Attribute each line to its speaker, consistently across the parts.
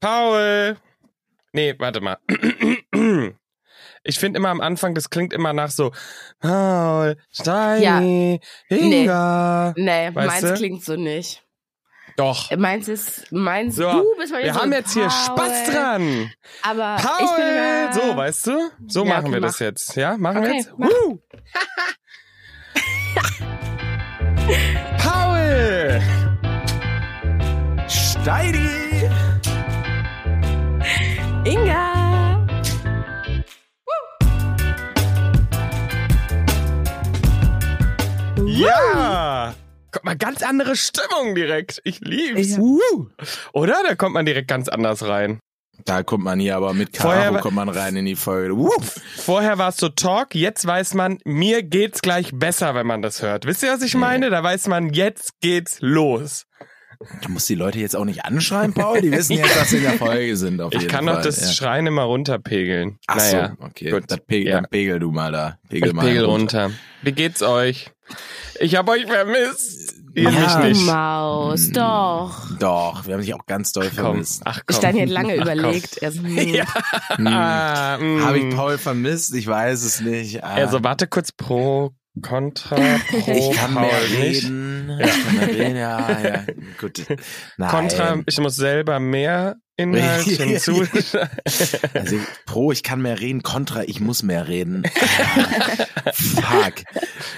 Speaker 1: Paul! Nee, warte mal. Ich finde immer am Anfang, das klingt immer nach so Paul, Steini, Inga.
Speaker 2: Nee,
Speaker 1: Weißt
Speaker 2: meins
Speaker 1: du?
Speaker 2: klingt so nicht.
Speaker 1: Doch.
Speaker 2: Meins ist, meins,
Speaker 1: So,
Speaker 2: du bist mal
Speaker 1: Wir
Speaker 2: so
Speaker 1: haben jetzt hier
Speaker 2: Also Paul.
Speaker 1: Spaß dran.
Speaker 2: Aber ich bin
Speaker 1: Paul!
Speaker 2: da-
Speaker 1: So, weißt du? So
Speaker 2: Ja,
Speaker 1: machen
Speaker 2: okay,
Speaker 1: wir
Speaker 2: mach.
Speaker 1: das jetzt. Ja, machen wir
Speaker 2: Okay,
Speaker 1: jetzt?
Speaker 2: mach.
Speaker 1: Woo! Paul!
Speaker 3: Steidi!
Speaker 2: Inga.
Speaker 1: Ja! Kommt mal ganz andere Stimmung direkt. Ich lieb's.
Speaker 2: Ja.
Speaker 1: Woo! Oder? Da kommt man direkt ganz anders rein.
Speaker 3: Da kommt man hier aber mit
Speaker 1: Vorher
Speaker 3: Karo
Speaker 1: war-
Speaker 3: kommt man rein in die Folge. Wuff.
Speaker 1: Vorher war es so Talk, jetzt weiß man, mir geht's gleich besser, wenn man das hört. Wisst ihr, was ich meine? Da weiß man, jetzt geht's los.
Speaker 3: Du musst die Leute jetzt auch nicht anschreien, Paul. Die wissen jetzt, dass sie in der Folge sind. Auf
Speaker 1: Ich
Speaker 3: jeden
Speaker 1: kann
Speaker 3: Fall.
Speaker 1: doch das
Speaker 3: Ja.
Speaker 1: Schreien immer runterpegeln.
Speaker 3: Ach so,
Speaker 1: naja,
Speaker 3: okay.
Speaker 1: gut.
Speaker 3: Dann, pegel,
Speaker 1: Ja.
Speaker 3: dann pegel du mal da. Pegel
Speaker 1: ich
Speaker 3: mal.
Speaker 1: pegel runter. Wie geht's euch? Ich hab euch vermisst. Ihr
Speaker 3: Ja.
Speaker 1: mich
Speaker 2: Du
Speaker 1: nicht. Hm.
Speaker 2: Maus, doch.
Speaker 3: Doch, wir haben dich auch ganz doll
Speaker 1: Komm, Ah,
Speaker 3: vermisst.
Speaker 1: ach
Speaker 2: Ich
Speaker 1: komm.
Speaker 2: dann hier lange
Speaker 1: Ach, komm.
Speaker 2: überlegt. Also, hm.
Speaker 1: Ja.
Speaker 3: Hm.
Speaker 1: Ah, mm.
Speaker 3: Habe ich Paul vermisst? Ich weiß es nicht. Ah,
Speaker 1: Also warte kurz, pro, contra, pro,
Speaker 3: ich kann
Speaker 1: Paul
Speaker 3: mehr
Speaker 1: nicht.
Speaker 3: reden. Ich kann mehr reden. Ja, ja. Gut. Nein.
Speaker 1: Contra, ich muss selber mehr Inhalt hinzu.
Speaker 3: Also ich, pro, ich kann mehr reden. Contra, ich muss mehr reden. Ah, Fuck.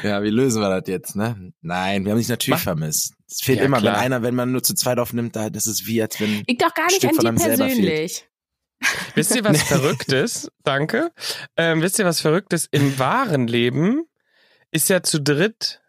Speaker 3: Ja, wie lösen wir das jetzt, ne? Nein, wir haben dich natürlich
Speaker 1: Mach-
Speaker 3: vermisst. Es fehlt
Speaker 1: Ja,
Speaker 3: immer,
Speaker 1: klar.
Speaker 3: wenn einer, wenn man nur zu zweit aufnimmt, da, das ist wie als wenn.
Speaker 2: Liegt doch gar nicht
Speaker 3: Stück
Speaker 2: an
Speaker 3: von einem
Speaker 2: dir
Speaker 3: selber
Speaker 2: persönlich.
Speaker 1: wisst ihr was Verrücktes? Danke. Ähm, wisst ihr was Verrücktes? Im wahren Leben ist ja zu dritt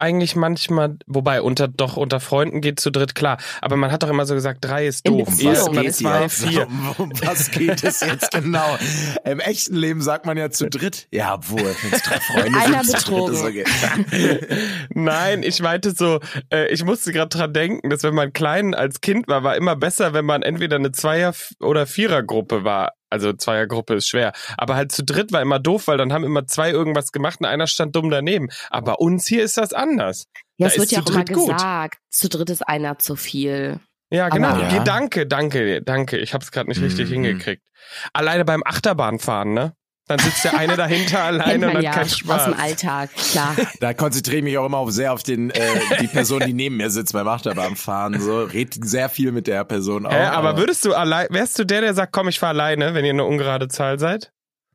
Speaker 1: eigentlich manchmal, wobei unter doch unter Freunden geht zu dritt klar. Aber man hat doch immer so gesagt, drei ist
Speaker 2: In
Speaker 1: doof.
Speaker 2: Beziehung.
Speaker 1: Ist man
Speaker 3: um geht's
Speaker 1: zwei,
Speaker 3: jetzt?
Speaker 1: vier.
Speaker 3: Um was geht es jetzt genau? Im echten Leben sagt man ja zu dritt. Ja, obwohl, wenn es drei Freunde
Speaker 2: Einer
Speaker 3: sind, zu dritt ist okay.
Speaker 2: betrogen.
Speaker 1: Nein, ich meinte so, äh, ich musste gerade dran denken, dass wenn man klein als Kind war, war immer besser, wenn man entweder eine Zweier- oder Vierergruppe war. Also Zweiergruppe ist schwer. Aber halt zu dritt war immer doof, weil dann haben immer zwei irgendwas gemacht und einer stand dumm daneben. Aber uns hier ist das anders. Da
Speaker 2: Ja, es wird
Speaker 1: ist
Speaker 2: ja
Speaker 1: zu
Speaker 2: auch immer
Speaker 1: dritt gut.
Speaker 2: gesagt, zu dritt ist einer zu viel.
Speaker 1: Ja, genau.
Speaker 3: Aber-
Speaker 1: Ge- Danke, danke, danke. Ich hab's gerade nicht richtig
Speaker 3: Mhm.
Speaker 1: hingekriegt. Alleine beim Achterbahnfahren, ne? Dann sitzt der eine dahinter
Speaker 2: Kennt
Speaker 1: alleine und
Speaker 2: man
Speaker 1: hat
Speaker 2: ja
Speaker 1: keinen Spaß.
Speaker 2: aus dem Alltag, klar.
Speaker 3: Da konzentriere ich mich auch immer auf sehr auf den, äh, die Person, die neben mir sitzt beim Achterbahnfahren. So, red sehr viel mit der Person auch.
Speaker 1: Hä,
Speaker 2: Oh.
Speaker 1: aber würdest du allein, wärst du der, der sagt, komm, ich fahr alleine, wenn ihr eine ungerade Zahl seid?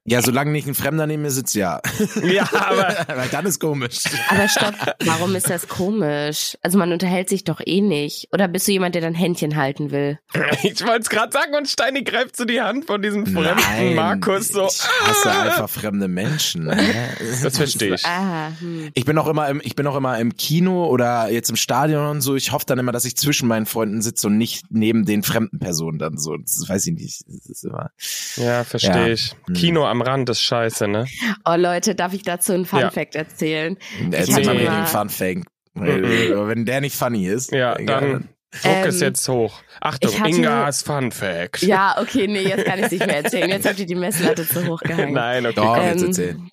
Speaker 3: Ja, solange nicht ein Fremder neben mir sitzt, ja.
Speaker 1: Ja, aber
Speaker 3: Weil dann ist komisch.
Speaker 2: Aber stopp, warum ist das komisch? Also man unterhält sich doch eh nicht. Oder bist du jemand, der dann Händchen halten will?
Speaker 1: Ich wollte es gerade sagen und Steini greift zu die Hand von diesem fremden
Speaker 3: Nein,
Speaker 1: Markus so. "Ah!"
Speaker 3: Ich hasse einfach fremde Menschen. ne?
Speaker 1: Das verstehe ich.
Speaker 2: Ah, hm.
Speaker 3: Ich bin auch immer im, ich bin auch immer im Kino oder jetzt im Stadion und so. Ich hoffe dann immer, dass ich zwischen meinen Freunden sitze und nicht neben den fremden Personen dann so. Das weiß ich nicht. Das ist immer.
Speaker 1: Ja, verstehe
Speaker 3: Ja. Hm.
Speaker 1: ich. Kino am Rand ist scheiße, ne?
Speaker 2: Oh Leute, darf ich dazu einen
Speaker 1: Ja.
Speaker 2: Funfact erzählen?
Speaker 3: Jetzt
Speaker 1: hatte
Speaker 3: nee.
Speaker 1: mal-
Speaker 3: den Fun Fact. Wenn der nicht funny ist.
Speaker 1: Ja,
Speaker 3: egal.
Speaker 1: dann Druck ist
Speaker 2: Ähm,
Speaker 1: jetzt hoch. Achtung,
Speaker 2: ich hatte-
Speaker 1: Ingas Fun Fact.
Speaker 2: Ja, okay, nee, jetzt kann ich es nicht mehr erzählen. Jetzt habt ihr die Messlatte zu hoch gehangen.
Speaker 1: Nein, okay.
Speaker 3: Doch,
Speaker 1: komm.
Speaker 3: jetzt
Speaker 2: Ähm,
Speaker 3: erzählen.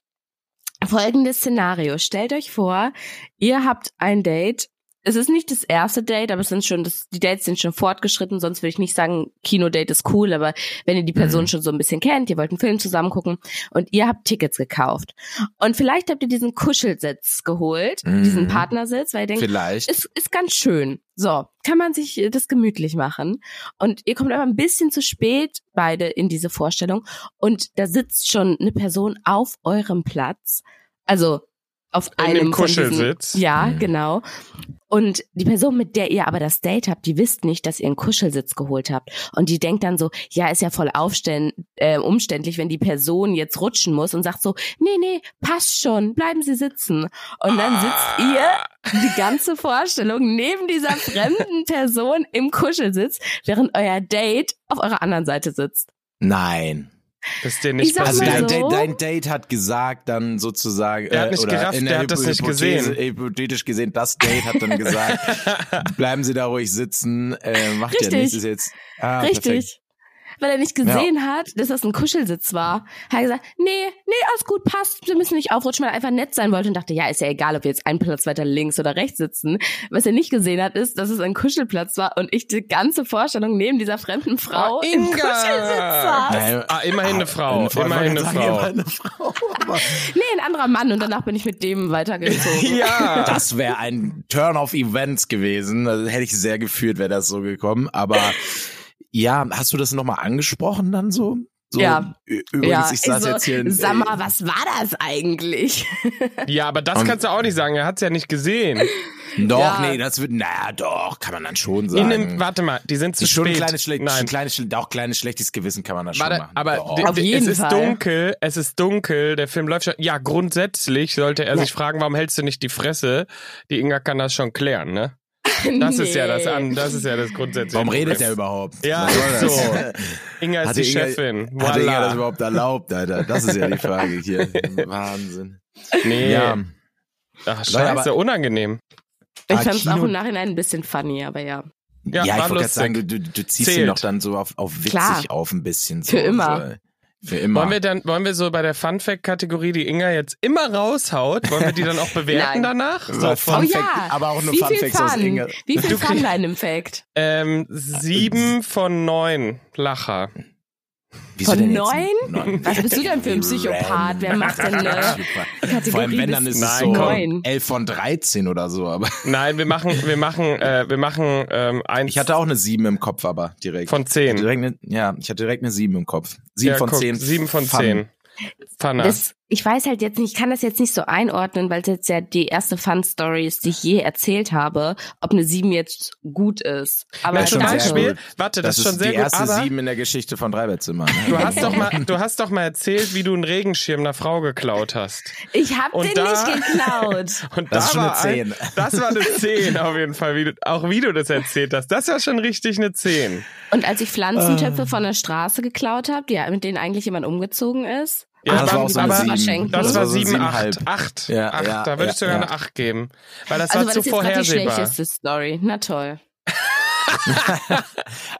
Speaker 2: Folgendes Szenario. Stellt euch vor, ihr habt ein Date. Es ist nicht das erste Date, aber es sind schon, das, die Dates sind schon fortgeschritten, sonst würde ich nicht sagen, Kinodate ist cool, aber wenn ihr die Person schon so ein bisschen kennt, ihr wollt einen Film zusammen gucken und ihr habt Tickets gekauft. Und vielleicht habt ihr diesen Kuschelsitz geholt,
Speaker 3: Mhm.
Speaker 2: diesen Partnersitz, weil ihr denkt,
Speaker 3: Vielleicht.
Speaker 2: ist, ist ganz schön. So, kann man sich äh, das gemütlich machen. Und ihr kommt aber ein bisschen zu spät beide in diese Vorstellung. Und da sitzt schon eine Person auf eurem Platz. Also auf
Speaker 1: In
Speaker 2: einem
Speaker 1: dem
Speaker 2: von diesen-
Speaker 1: Kuschelsitz.
Speaker 2: Ja,
Speaker 3: Mhm.
Speaker 2: genau. Und die Person, mit der ihr aber das Date habt, die wisst nicht, dass ihr einen Kuschelsitz geholt habt. Und die denkt dann so, ja, ist ja voll aufständ, äh, umständlich, wenn die Person jetzt rutschen muss und sagt so, nee, nee, passt schon, bleiben Sie sitzen. Und dann sitzt
Speaker 1: Ah.
Speaker 2: ihr die ganze Vorstellung neben dieser fremden Person im Kuschelsitz, während euer Date auf eurer anderen Seite sitzt.
Speaker 3: Nein.
Speaker 1: Ist dir nicht
Speaker 2: Ich sag
Speaker 3: Also
Speaker 2: mal
Speaker 1: passiert.
Speaker 3: dein,
Speaker 2: so.
Speaker 3: Date, dein Date hat gesagt, dann sozusagen.
Speaker 1: Der hat
Speaker 3: äh,
Speaker 1: nicht
Speaker 3: oder
Speaker 1: gerafft,
Speaker 3: in
Speaker 1: der
Speaker 3: der
Speaker 1: hat das
Speaker 3: Hypo-
Speaker 1: nicht
Speaker 3: Hypothese-
Speaker 1: gesehen.
Speaker 3: Hypothetisch gesehen, das Date hat dann gesagt, bleiben Sie da ruhig sitzen, äh, macht ja
Speaker 2: Richtig.
Speaker 3: nichts. Ist jetzt, ah,
Speaker 2: Richtig.
Speaker 3: perfekt.
Speaker 2: weil er nicht gesehen hat, dass das ein Kuschelsitz war. Hat er gesagt, nee, nee, alles gut, passt, wir müssen nicht aufrutschen, weil er einfach nett sein wollte und dachte, ja, ist ja egal, ob wir jetzt einen Platz weiter links oder rechts sitzen. Was er nicht gesehen hat, ist, dass es ein Kuschelplatz war und ich die ganze Vorstellung neben dieser fremden
Speaker 1: Ah,
Speaker 2: Frau im
Speaker 1: Inga.
Speaker 2: Kuschelsitz saß.
Speaker 3: Oh, Nein,
Speaker 1: Ah, immerhin eine Frau. Immerhin eine Frau.
Speaker 3: Immerhin eine Frau. aber-
Speaker 2: Nee, ein anderer Mann und danach bin ich mit dem weitergezogen.
Speaker 1: Ja.
Speaker 3: Das wäre ein Turn-off-Event gewesen. Also, hätte ich sehr gefühlt, wäre das so gekommen. Aber ja, hast du das nochmal angesprochen dann so? so
Speaker 2: Ja.
Speaker 3: ü- Übrigens, ich saß
Speaker 2: so,
Speaker 3: jetzt hier in. äh,
Speaker 2: Sag mal, was war das eigentlich?
Speaker 1: Ja, aber das
Speaker 3: Und-
Speaker 1: kannst du auch nicht sagen. Er hat's ja nicht gesehen.
Speaker 3: Äh, Doch,
Speaker 2: Ja.
Speaker 3: nee, das wird. Na doch, kann man dann schon
Speaker 1: In
Speaker 3: sagen.
Speaker 1: dem, warte mal, die sind zu
Speaker 3: Ist schon ein
Speaker 1: spät.
Speaker 3: kleines, Schle schon ein
Speaker 1: Nein.
Speaker 3: kleines, Schle- auch kleines schlechtes Gewissen kann man da schon
Speaker 1: Warte,
Speaker 3: machen.
Speaker 1: aber
Speaker 3: Doch.
Speaker 1: d-
Speaker 2: Auf
Speaker 1: d-
Speaker 2: jeden
Speaker 1: es ist
Speaker 2: Fall.
Speaker 1: dunkel, es ist dunkel, der Film läuft schon. Ja, grundsätzlich sollte er
Speaker 2: Ja.
Speaker 1: sich fragen, warum hältst du nicht die Fresse? Die Inga kann das schon klären, ne? Das ist ja das an, das ist ja das grundsätzliche.
Speaker 3: Warum redet
Speaker 1: Problem.
Speaker 3: der überhaupt?
Speaker 1: Ja,
Speaker 3: Was soll
Speaker 1: ist
Speaker 3: das?
Speaker 1: so. Inga ist
Speaker 3: Hat
Speaker 1: die
Speaker 3: Inga-
Speaker 1: Chefin.
Speaker 3: Hat Inga
Speaker 1: Voilà.
Speaker 3: das überhaupt erlaubt, Alter? Das ist ja die Frage hier. Wahnsinn.
Speaker 1: nee.
Speaker 3: Ja.
Speaker 1: Ach,
Speaker 3: Leute,
Speaker 1: scheiße,
Speaker 3: aber-
Speaker 1: unangenehm.
Speaker 2: Ich
Speaker 3: Ah,
Speaker 2: fand es auch
Speaker 3: Kino-
Speaker 2: im Nachhinein ein bisschen funny, aber ja.
Speaker 1: Ja, war
Speaker 3: Ja, ich wollte gerade
Speaker 1: lustig.
Speaker 3: sagen, du, du, du ziehst
Speaker 1: Zählt.
Speaker 3: ihn doch dann so auf, auf witzig
Speaker 2: Klar.
Speaker 3: auf ein bisschen. So,
Speaker 2: Für immer.
Speaker 3: So. Für immer.
Speaker 1: Wollen wir dann, wollen wir so bei der Fun Fact Kategorie, die Inga jetzt immer raushaut, wollen wir die dann auch bewerten
Speaker 2: Nein.
Speaker 1: danach?
Speaker 3: So,
Speaker 1: So,
Speaker 3: Fun
Speaker 2: oh ja,
Speaker 3: Fact, aber auch nur
Speaker 2: wie
Speaker 3: Fun
Speaker 2: viel
Speaker 3: Facts aus
Speaker 2: Fun?
Speaker 3: Inge.
Speaker 2: Wie viel Fun war in dem Fact?
Speaker 1: ähm, sieben von neun Lacher.
Speaker 3: Wieso
Speaker 2: Von
Speaker 3: denn jetzt
Speaker 2: neun?
Speaker 3: neun?
Speaker 2: Was bist du denn für ein Psychopath? Wer macht denn eine Kategorie
Speaker 3: Vor allem, wenn, dann
Speaker 2: bis
Speaker 3: ist es
Speaker 1: Nein,
Speaker 3: so
Speaker 2: komm.
Speaker 3: 11 von 13 oder so. Aber
Speaker 1: Nein, wir machen, wir machen, äh, wir machen ähm, eins
Speaker 3: ich hatte auch eine 7 im Kopf, aber direkt.
Speaker 1: von
Speaker 3: Ich hatte
Speaker 1: zehn.
Speaker 3: direkt eine, ja, ich hatte direkt eine 7 im Kopf. 7
Speaker 1: Ja,
Speaker 3: von
Speaker 1: guck,
Speaker 3: 10.
Speaker 1: Sieben von
Speaker 3: Fun.
Speaker 1: zehn. Fun.
Speaker 2: Das, ich weiß halt jetzt nicht, ich kann das jetzt nicht so einordnen, weil es jetzt ja die erste Fun-Story ist, die ich je erzählt habe, ob eine 7 jetzt gut ist. Aber
Speaker 1: Das ist
Speaker 3: schon
Speaker 1: ganz
Speaker 3: sehr
Speaker 1: schwer.
Speaker 3: gut.
Speaker 1: Warte, das, ist schon sehr
Speaker 3: die
Speaker 1: gut.
Speaker 3: erste
Speaker 1: Aber
Speaker 3: 7 in der Geschichte von Dreibettzimmer. Ne?
Speaker 1: du hast doch mal, du hast doch mal erzählt, wie du einen Regenschirm einer Frau geklaut hast.
Speaker 2: ich hab
Speaker 1: Und
Speaker 2: den
Speaker 1: da-
Speaker 2: nicht geklaut.
Speaker 1: Und
Speaker 3: Das
Speaker 1: da
Speaker 3: ist schon eine
Speaker 1: war ein-
Speaker 3: 10.
Speaker 1: das war eine 10 auf jeden Fall, wie du, auch wie du das erzählt hast. Das war schon richtig eine 10.
Speaker 2: Und als ich
Speaker 3: Ah.
Speaker 2: Pflanzentöpfe von der Straße geklaut habe, die, mit denen eigentlich jemand umgezogen ist,
Speaker 1: Ja,
Speaker 3: Ah, das
Speaker 1: aber-
Speaker 3: war auch so eine
Speaker 1: aber-
Speaker 3: Sieben.
Speaker 2: Verschenken.
Speaker 1: Das,
Speaker 2: Das
Speaker 1: war
Speaker 3: war so
Speaker 1: 7, 8.
Speaker 3: 7,5.
Speaker 1: 8.
Speaker 3: Ja,
Speaker 1: 8.
Speaker 3: ja,
Speaker 1: da würde ich
Speaker 3: ja,
Speaker 1: sogar eine
Speaker 3: ja.
Speaker 1: 8 geben. Weil das
Speaker 2: also
Speaker 1: war
Speaker 2: war
Speaker 1: zu
Speaker 2: das jetzt gerade die
Speaker 1: vorhersehbar.
Speaker 2: schlechteste Story. Na toll.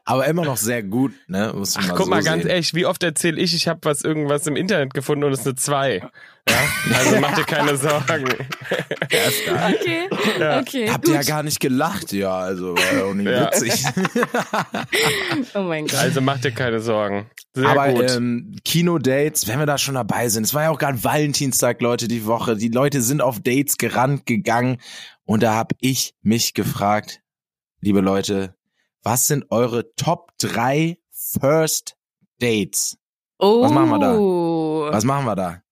Speaker 3: Aber immer noch sehr gut, ne? Muss man
Speaker 1: Ach,
Speaker 3: mal
Speaker 1: guck
Speaker 3: so
Speaker 1: mal, ganz
Speaker 3: sehen.
Speaker 1: ehrlich, wie oft erzähle ich, ich habe was irgendwas im Internet gefunden und es ist eine 2. Ja? Also mach dir keine Sorgen.
Speaker 2: Okay, okay,
Speaker 3: Habt
Speaker 2: gut.
Speaker 3: ihr ja gar nicht gelacht, ja, also war ja auch nicht
Speaker 1: Ja.
Speaker 3: witzig.
Speaker 2: Oh mein Gott.
Speaker 1: Also mach dir keine Sorgen. Sehr
Speaker 3: Aber
Speaker 1: gut.
Speaker 3: ähm, Kino-Dates, wenn wir da schon dabei sind, es war ja auch gerade Valentinstag, Leute, die Woche. Die Leute sind auf Dates gerannt gegangen und da habe ich mich gefragt, liebe Leute, was sind eure Top 3 First Dates?
Speaker 2: Oh.
Speaker 3: was machen wir da? Was machen wir da?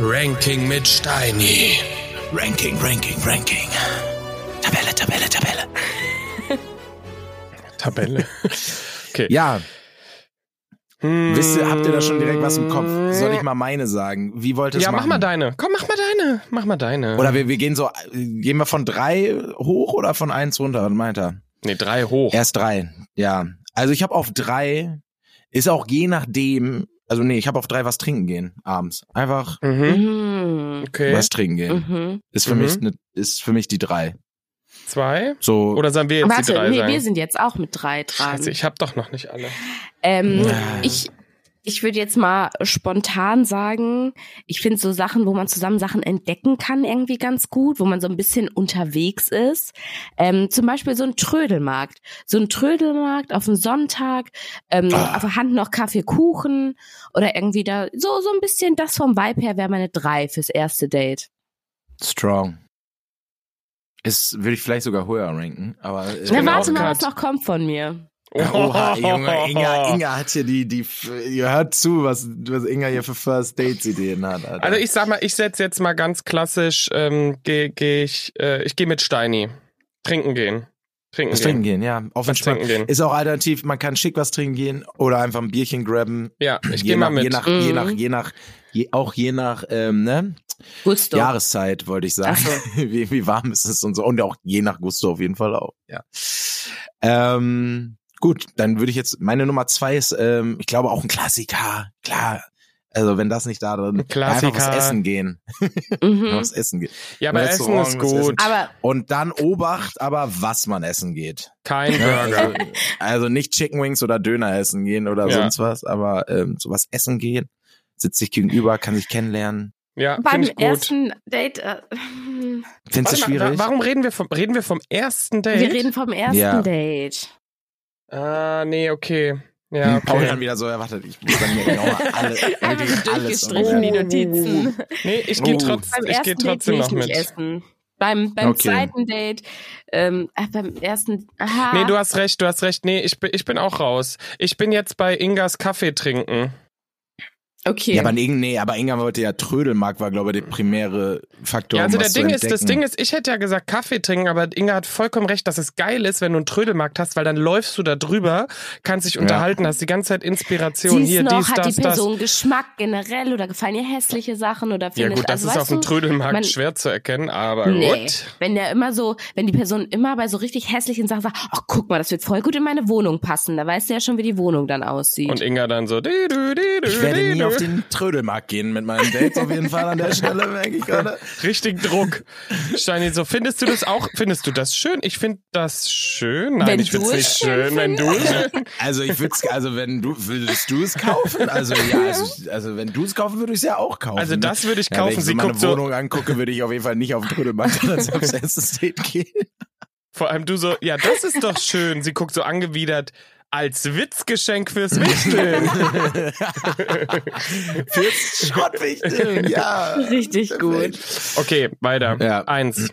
Speaker 1: Ranking mit Steini.
Speaker 3: Ranking, Ranking, Ranking. Tabelle, Tabelle, Tabelle.
Speaker 1: Tabelle. Okay.
Speaker 3: Ja,
Speaker 1: Hm.
Speaker 3: wisst ihr, habt ihr da schon direkt was im Kopf? Soll ich mal meine sagen? Wie wollt ihr es
Speaker 1: Ja, mach
Speaker 3: machen?
Speaker 1: mal deine. Komm, mach mal deine. Mach mal deine.
Speaker 3: Oder wir, wir gehen so, äh, gehen wir von drei hoch oder von eins runter? Was meint er?
Speaker 1: nee, drei hoch.
Speaker 3: Erst drei, ja. Also ich habe auf drei, ist auch je nachdem, also nee, ich habe auf drei was trinken gehen abends. Einfach
Speaker 1: Mhm.
Speaker 2: Mhm.
Speaker 1: Okay.
Speaker 3: was trinken gehen.
Speaker 2: Mhm.
Speaker 3: Ist für
Speaker 1: Mhm.
Speaker 3: mich ne, ist für mich die drei.
Speaker 1: Zwei.
Speaker 3: So
Speaker 1: Oder sollen wir jetzt die drei
Speaker 2: Warte, nee,
Speaker 1: sagen?
Speaker 2: wir sind jetzt auch mit drei dran.
Speaker 1: Scheiße, ich hab doch noch nicht alle.
Speaker 2: Ähm,
Speaker 3: Ja.
Speaker 2: Ich, ich würde jetzt mal spontan sagen, ich finde so Sachen, wo man zusammen Sachen entdecken kann, irgendwie ganz gut, wo man so ein bisschen unterwegs ist. Ähm, zum Beispiel so ein Trödelmarkt. So ein Trödelmarkt auf dem Sonntag, ähm,
Speaker 3: Ah.
Speaker 2: auf der Hand noch Kaffee, Kuchen oder irgendwie da, so, so ein bisschen das vom Vibe her wäre meine drei fürs erste Date.
Speaker 3: strong. Ist würde ich vielleicht sogar höher ranken, aber äh,
Speaker 1: bin
Speaker 2: Na, warte
Speaker 1: auch
Speaker 2: mal,
Speaker 1: grad-
Speaker 2: was noch kommt von mir.
Speaker 1: Oh.
Speaker 3: Oha, Junge, Inga, Inga hat hier die, die, ihr hört zu, was, was Inga hier für First Dates Ideen hat. Alter.
Speaker 1: Also ich sag mal, ich setz jetzt mal ganz klassisch, ähm, geh, geh ich, äh, ich gehe mit Steini. Trinken gehen. Trinken
Speaker 3: was
Speaker 1: gehen.
Speaker 3: trinken gehen, ja, auf
Speaker 1: Was
Speaker 3: entspannt.
Speaker 1: trinken gehen.
Speaker 3: Ist auch alternativ, man kann schick was trinken gehen oder einfach ein Bierchen grabben.
Speaker 1: Ja, ich
Speaker 3: je
Speaker 1: gehe mal
Speaker 3: nach, Je
Speaker 1: mit.
Speaker 3: nach,
Speaker 2: Mhm.
Speaker 3: je nach, je nach, je, auch je nach ähm, ne?
Speaker 2: Gusto.
Speaker 3: Jahreszeit, wollte ich sagen.
Speaker 2: Ach
Speaker 3: wie, wie warm ist es und so. Und auch je nach Gusto auf jeden Fall auch. Ja. Ähm, gut, dann würde ich jetzt, meine Nummer zwei ist, ähm, ich glaube auch ein Klassiker, klar. Also wenn das nicht da drin,
Speaker 1: Klassiker.
Speaker 3: einfach was essen gehen.
Speaker 2: Mhm.
Speaker 3: Was essen gehen.
Speaker 1: Ja, aber Essen
Speaker 3: Restaurant,
Speaker 1: ist
Speaker 3: was essen.
Speaker 1: gut.
Speaker 2: Aber
Speaker 3: Und dann obacht aber, was man essen geht.
Speaker 1: Kein
Speaker 3: Ja,
Speaker 1: Burger.
Speaker 3: Also, also nicht Chicken Wings oder Döner essen gehen oder
Speaker 1: Ja.
Speaker 3: sonst was, aber ähm, sowas essen gehen, sitzt sich gegenüber, kann sich kennenlernen.
Speaker 1: Ja,
Speaker 4: Beim
Speaker 1: finde ich gut.
Speaker 4: ersten Date. Äh, hm.
Speaker 3: Findest
Speaker 1: Warte
Speaker 3: du
Speaker 1: mal,
Speaker 3: schwierig?
Speaker 1: wa- warum reden wir vom, reden wir vom ersten Date?
Speaker 2: wir reden vom ersten
Speaker 3: Ja.
Speaker 2: Date.
Speaker 1: ah, nee, okay. Ja,
Speaker 3: Hm, Paul
Speaker 1: okay.
Speaker 3: dann wieder so erwartet, ich muss dann hier nochmal alle,
Speaker 2: Einfach
Speaker 3: wirklich
Speaker 2: so
Speaker 3: alles
Speaker 2: durchgestrichen, die
Speaker 3: umwerfen.
Speaker 2: Notizen.
Speaker 1: Nee, ich gehe
Speaker 3: Oh.
Speaker 1: trotz,
Speaker 2: beim
Speaker 1: ich
Speaker 2: ersten
Speaker 1: geh
Speaker 2: Date
Speaker 1: Uh, trotzdem
Speaker 2: will ich
Speaker 1: noch mit.
Speaker 2: nicht essen. Beim, beim
Speaker 3: Okay.
Speaker 2: zweiten Date, ähm, ach, beim ersten, aha.
Speaker 1: Nee, du hast recht, du hast recht. Nee, ich bin, ich bin auch raus. Ich bin jetzt bei Ingas Kaffee trinken.
Speaker 2: okay.
Speaker 3: Ja, aber, Inga- nee, aber Inga wollte ja Trödelmark war, glaube ich, der primäre Faktor.
Speaker 1: ja, also
Speaker 3: um
Speaker 1: der
Speaker 3: was zu
Speaker 1: Ding ist, das
Speaker 3: entdecken.
Speaker 1: Ding ist, ich hätte ja gesagt Kaffee trinken, aber Inga hat vollkommen recht, dass es geil ist, wenn du einen Trödelmarkt hast, weil dann läufst du da drüber, kannst dich unterhalten, hast die ganze Zeit Inspiration.
Speaker 2: Siehst
Speaker 1: Hier,
Speaker 2: noch,
Speaker 1: dies,
Speaker 2: hat
Speaker 1: das,
Speaker 2: die
Speaker 1: das.
Speaker 2: Person Geschmack generell oder gefallen ihr hässliche Sachen oder
Speaker 1: Ja
Speaker 2: findet
Speaker 1: gut, das
Speaker 2: also,
Speaker 1: ist
Speaker 2: weißt
Speaker 1: auf dem
Speaker 2: du,
Speaker 1: Trödelmarkt
Speaker 2: man-
Speaker 1: schwer zu erkennen, aber
Speaker 2: Nee,
Speaker 1: gut.
Speaker 2: wenn der immer so, wenn die Person immer bei so richtig hässlichen Sachen sagt, ach guck mal, das wird voll gut in meine Wohnung passen, da weißt du ja schon, wie die Wohnung dann aussieht.
Speaker 1: Und Inga dann so. di, du, di, du,
Speaker 3: Ich werde
Speaker 1: di,
Speaker 3: nie
Speaker 1: du.
Speaker 3: auf den Trödelmarkt gehen mit meinen Dates auf jeden Fall an der Stelle, merke ich gerade.
Speaker 1: Richtig Druck. Steini, so findest du das auch? Findest du das schön? Ich finde das schön. Nein,
Speaker 2: Wenn
Speaker 1: ich finde es
Speaker 2: du
Speaker 1: nicht
Speaker 2: es
Speaker 1: schön,
Speaker 2: schön
Speaker 1: wenn du es schön.
Speaker 3: Also ich würde also wenn du, würdest du es kaufen? Also ja, also, also wenn du es kaufen, würde ich es ja auch kaufen.
Speaker 1: Also das würde ich
Speaker 3: Ja,
Speaker 1: kaufen.
Speaker 3: Wenn ich
Speaker 1: Sie
Speaker 3: mir meine
Speaker 1: guckt so,
Speaker 3: Wohnung angucke, würde ich auf jeden Fall nicht auf den Trödelmarkt als aufs erste Date gehen.
Speaker 1: vor allem du so, ja, das ist doch schön. Sie guckt so angewidert. Als Witzgeschenk fürs Wichteln.
Speaker 3: Fürs Schrottwichteln, ja.
Speaker 2: richtig gut.
Speaker 1: Okay, weiter.
Speaker 3: Ja.
Speaker 1: Eins.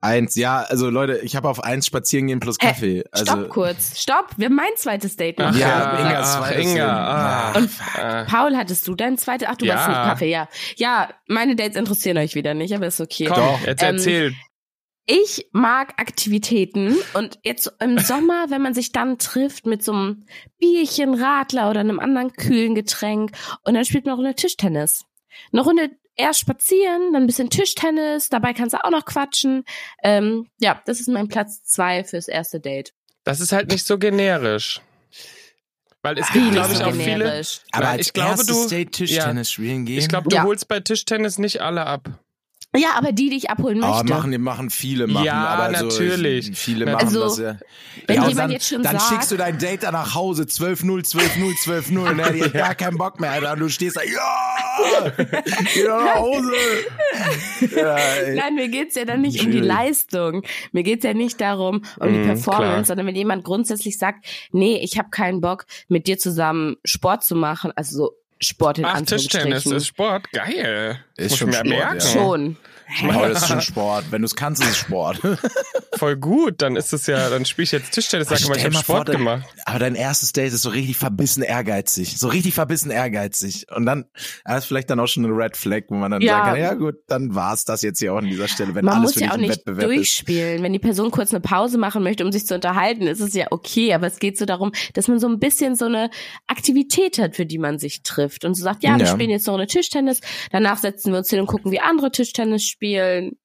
Speaker 3: Eins, ja, also Leute, ich habe auf eins spazieren gehen plus
Speaker 2: Äh,
Speaker 3: Kaffee. also,
Speaker 2: Stopp kurz, stopp, wir haben mein zweites Date noch.
Speaker 1: Ach
Speaker 3: Ja,
Speaker 1: ja,
Speaker 3: Inga,
Speaker 1: ach,
Speaker 3: zweites
Speaker 1: Inga. Ah.
Speaker 3: Ding.
Speaker 1: ach, ach.
Speaker 2: Paul, hattest du dein zweites? Ach, du
Speaker 1: Ja.
Speaker 2: warst nicht Kaffee, ja. Ja, meine Dates interessieren euch wieder nicht, aber ist okay.
Speaker 1: Komm,
Speaker 3: Doch.
Speaker 1: jetzt
Speaker 2: Ähm,
Speaker 1: erzähl.
Speaker 2: Ich mag Aktivitäten und jetzt im Sommer, wenn man sich dann trifft mit so einem Bierchen, Radler oder einem anderen kühlen Getränk und dann spielt man eine Runde Tischtennis. Eine Runde erst spazieren, dann ein bisschen Tischtennis, dabei kannst du auch noch quatschen. Ähm, ja, das ist mein Platz zwei fürs erste Date.
Speaker 1: Das ist halt nicht so generisch. Weil es gibt,
Speaker 3: Wie
Speaker 1: glaube
Speaker 3: nicht
Speaker 1: ich,
Speaker 3: so
Speaker 1: auch viele.
Speaker 3: aber
Speaker 1: Nein,
Speaker 3: als
Speaker 1: ich glaube,
Speaker 3: erstes
Speaker 1: du-
Speaker 3: Date Tischtennis spielen gehen.
Speaker 1: Ich glaube, du
Speaker 2: Ja.
Speaker 1: holst bei Tischtennis nicht alle ab.
Speaker 2: Ja, aber die, die ich abholen
Speaker 3: aber
Speaker 2: möchte.
Speaker 3: machen, die machen viele machen.
Speaker 1: Ja,
Speaker 3: aber so,
Speaker 1: natürlich.
Speaker 3: Viele machen
Speaker 2: Also,
Speaker 3: das ja.
Speaker 2: wenn
Speaker 3: ja, und
Speaker 2: jemand
Speaker 3: dann,
Speaker 2: jetzt schon
Speaker 3: dann
Speaker 2: sagt-
Speaker 3: schickst du dein Date da nach Hause, 12-0, 12-0, 12-0, ne, die hat gar keinen Bock mehr, Alter. Und du stehst da, ja, geh doch nach Hause. Ja, ey.
Speaker 2: Nein, mir geht's ja dann nicht um die
Speaker 3: Schwierig.
Speaker 2: Leistung. Mir geht's ja nicht darum, um die
Speaker 1: Mm,
Speaker 2: Performance,
Speaker 1: klar.
Speaker 2: sondern wenn jemand grundsätzlich sagt, nee, ich habe keinen Bock, mit dir zusammen Sport zu machen, also so Sport in
Speaker 1: Ach,
Speaker 2: Anführungsstrichen.
Speaker 1: Tischtennis ist Sport. Geil.
Speaker 3: Ist
Speaker 1: Muss
Speaker 3: schon
Speaker 1: ich mir
Speaker 3: Sport,
Speaker 1: merken.
Speaker 3: ja.
Speaker 2: Schon.
Speaker 3: Aber das ist schon Sport. Wenn du es kannst, ist es Sport.
Speaker 1: Voll gut. Dann ist es ja, dann spiele ich jetzt Tischtennis. Sag mal, ich
Speaker 3: Stell
Speaker 1: habe
Speaker 3: mal vor,
Speaker 1: Sport
Speaker 3: dein-
Speaker 1: gemacht.
Speaker 3: Aber dein erstes Date ist so richtig verbissen ehrgeizig. So richtig verbissen ehrgeizig. Und dann, das ist vielleicht dann auch schon eine Red Flag, wo man dann
Speaker 2: Ja.
Speaker 3: sagen kann, ja gut, dann war's das jetzt hier auch an dieser Stelle, wenn
Speaker 2: Man
Speaker 3: alles
Speaker 2: muss
Speaker 3: für
Speaker 2: ja
Speaker 3: dich
Speaker 2: auch
Speaker 3: ein
Speaker 2: nicht
Speaker 3: Wettbewerb ist.
Speaker 2: durchspielen. Wenn die Person kurz eine Pause machen möchte, um sich zu unterhalten, ist es ja okay. Aber es geht so darum, dass man so ein bisschen so eine Aktivität hat, für die man sich trifft. Und so sagt, ja, wir
Speaker 3: Ja.
Speaker 2: spielen jetzt noch eine Tischtennis. Danach setzen wir uns hin und gucken, wie andere Tischtennis spielen.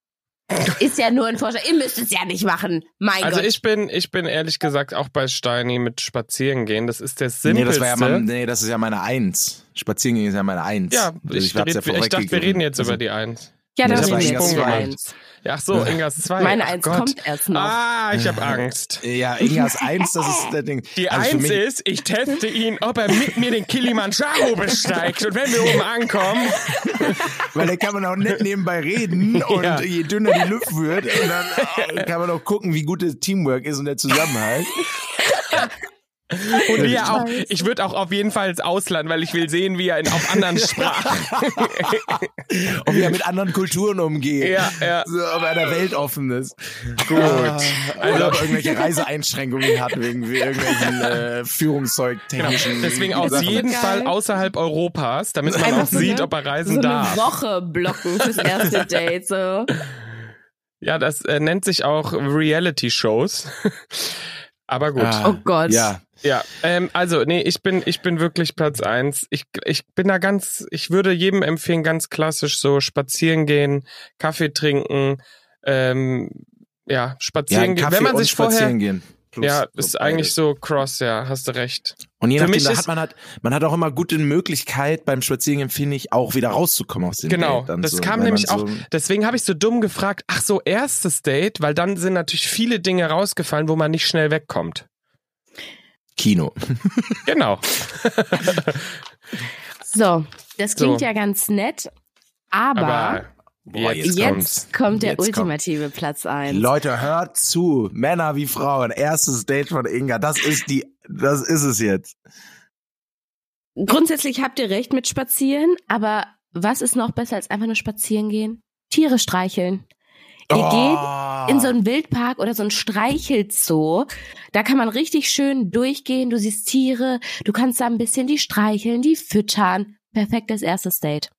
Speaker 2: Ist ja nur ein Vorschlag. Ihr müsst es ja nicht machen. Mein
Speaker 1: Also
Speaker 2: Gott.
Speaker 1: ich bin, ich bin ehrlich gesagt auch bei Steini mit Spazieren gehen. Das ist der
Speaker 3: Nee,
Speaker 1: simpelste.
Speaker 3: das war ja mein, nee, das ist ja meine Eins. Spazieren gehen ist ja meine Eins.
Speaker 1: ja,
Speaker 3: Also
Speaker 1: ich,
Speaker 3: hab's
Speaker 1: red, ich dachte, wir
Speaker 3: vorweggegeben.
Speaker 1: reden jetzt
Speaker 3: Also,
Speaker 1: über die Eins.
Speaker 2: ja, dann
Speaker 3: das
Speaker 2: reden
Speaker 3: war
Speaker 2: wir
Speaker 3: Ingas
Speaker 2: jetzt über
Speaker 3: Punkt.
Speaker 2: eins.
Speaker 1: Ja, ach so, Ingas zwei.
Speaker 2: Meine
Speaker 1: Ach
Speaker 2: Eins
Speaker 1: Gott.
Speaker 2: kommt erst noch.
Speaker 1: Ah, ich habe Angst.
Speaker 3: Ja, Ingas Eins, das ist der Ding.
Speaker 1: Die
Speaker 3: Also für
Speaker 1: Eins
Speaker 3: mich-
Speaker 1: ist, ich teste ihn, ob er mit mir den Kilimanjaro besteigt. Und wenn wir oben ankommen,
Speaker 3: Weil da kann man auch nett nebenbei reden und
Speaker 1: Ja.
Speaker 3: je dünner die Luft wird, und dann äh, kann man auch gucken, wie gut das Teamwork ist und der Zusammenhalt.
Speaker 1: und wie er auch, ich würde auch auf jeden Fall ins Ausland, weil ich will sehen, wie er in, auf anderen Sprachen.
Speaker 3: und wie er mit anderen Kulturen umgeht.
Speaker 1: Ja, ja.
Speaker 3: So, ob er der Welt offen ist.
Speaker 1: Gut.
Speaker 3: Also ob er irgendwelche Reiseeinschränkungen hat wegen irgendwelchen äh, Führungszeugtechnischen.
Speaker 1: Genau. Deswegen aus
Speaker 3: Sachen.
Speaker 1: jeden
Speaker 2: Geil.
Speaker 1: Fall außerhalb Europas, damit man
Speaker 2: Einfach
Speaker 1: auch
Speaker 2: so
Speaker 1: sieht,
Speaker 2: eine-
Speaker 1: ob er reisen
Speaker 2: So eine
Speaker 1: darf.
Speaker 2: Woche blocken fürs erste Date. So.
Speaker 1: Ja, das äh, nennt sich auch Reality-Shows. Aber gut.
Speaker 3: Ah,
Speaker 2: Oh Gott.
Speaker 3: Ja.
Speaker 1: Ja, ähm, also nee, ich bin ich bin wirklich Platz eins. Ich ich bin da ganz, ich würde jedem empfehlen, ganz klassisch so spazieren gehen, Kaffee trinken, ähm, ja
Speaker 3: ja
Speaker 1: spazieren
Speaker 3: einen
Speaker 1: gehen.
Speaker 3: Kaffee
Speaker 1: Wenn man
Speaker 3: und
Speaker 1: sich
Speaker 3: spazieren
Speaker 1: vorher
Speaker 3: gehen. Plus
Speaker 1: ja, ist eigentlich so cross, ja, hast du recht.
Speaker 3: Und je
Speaker 1: Für
Speaker 3: nachdem,
Speaker 1: mich
Speaker 3: da
Speaker 1: ist-
Speaker 3: hat man halt, man hat auch immer gute Möglichkeit, beim Spazierengehen, finde ich, auch wieder rauszukommen aus dem
Speaker 1: Genau,
Speaker 3: Date. dann
Speaker 1: das
Speaker 3: so,
Speaker 1: kam
Speaker 3: wenn
Speaker 1: nämlich
Speaker 3: man
Speaker 1: auch,
Speaker 3: so-
Speaker 1: deswegen habe ich so dumm gefragt, ach so, erstes Date, weil dann sind natürlich viele Dinge rausgefallen, wo man nicht schnell wegkommt.
Speaker 3: Kino.
Speaker 1: Genau.
Speaker 2: So, das klingt
Speaker 1: So.
Speaker 2: ja ganz nett, aber,
Speaker 1: Aber
Speaker 3: Boah,
Speaker 1: jetzt
Speaker 2: jetzt,
Speaker 1: kommt's.
Speaker 2: kommt der
Speaker 3: Jetzt kommt-
Speaker 2: ultimative Platz ein.
Speaker 3: Leute, hört zu. Männer wie Frauen. Erstes Date von Inga. Das ist die, das ist es jetzt.
Speaker 2: Grundsätzlich habt ihr recht mit Spazieren, aber was ist noch besser als einfach nur spazieren gehen? Tiere streicheln. Ihr
Speaker 3: Oh.
Speaker 2: geht in so einen Wildpark oder so einen Streichelzoo. Da kann man richtig schön durchgehen. Du siehst Tiere, du kannst da ein bisschen die streicheln, die füttern. Perfektes erstes Date.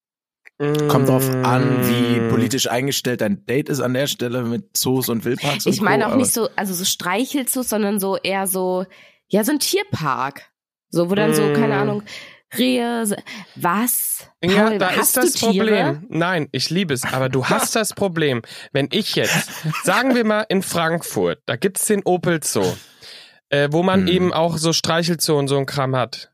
Speaker 3: Kommt drauf
Speaker 1: mm,
Speaker 3: an, wie politisch eingestellt dein Date ist an der Stelle mit Zoos und Wildparks.
Speaker 2: Ich
Speaker 3: und
Speaker 2: meine
Speaker 3: Co.,
Speaker 2: auch
Speaker 3: aber-
Speaker 2: nicht so, also so Streichelzoos, sondern so eher so, ja, so ein Tierpark. So, wo dann so,
Speaker 1: Mm.
Speaker 2: keine Ahnung, Rehe, so- was?
Speaker 1: Ja,
Speaker 2: Paul,
Speaker 1: da ist
Speaker 2: hast
Speaker 1: das
Speaker 2: du Tiere?
Speaker 1: Problem. Nein, ich liebe es, aber du hast das Problem, wenn ich jetzt, sagen wir mal in Frankfurt, da gibt's den Opel Zoo, äh, wo man
Speaker 3: Mhm.
Speaker 1: eben auch so Streichelzoo und so ein Kram hat.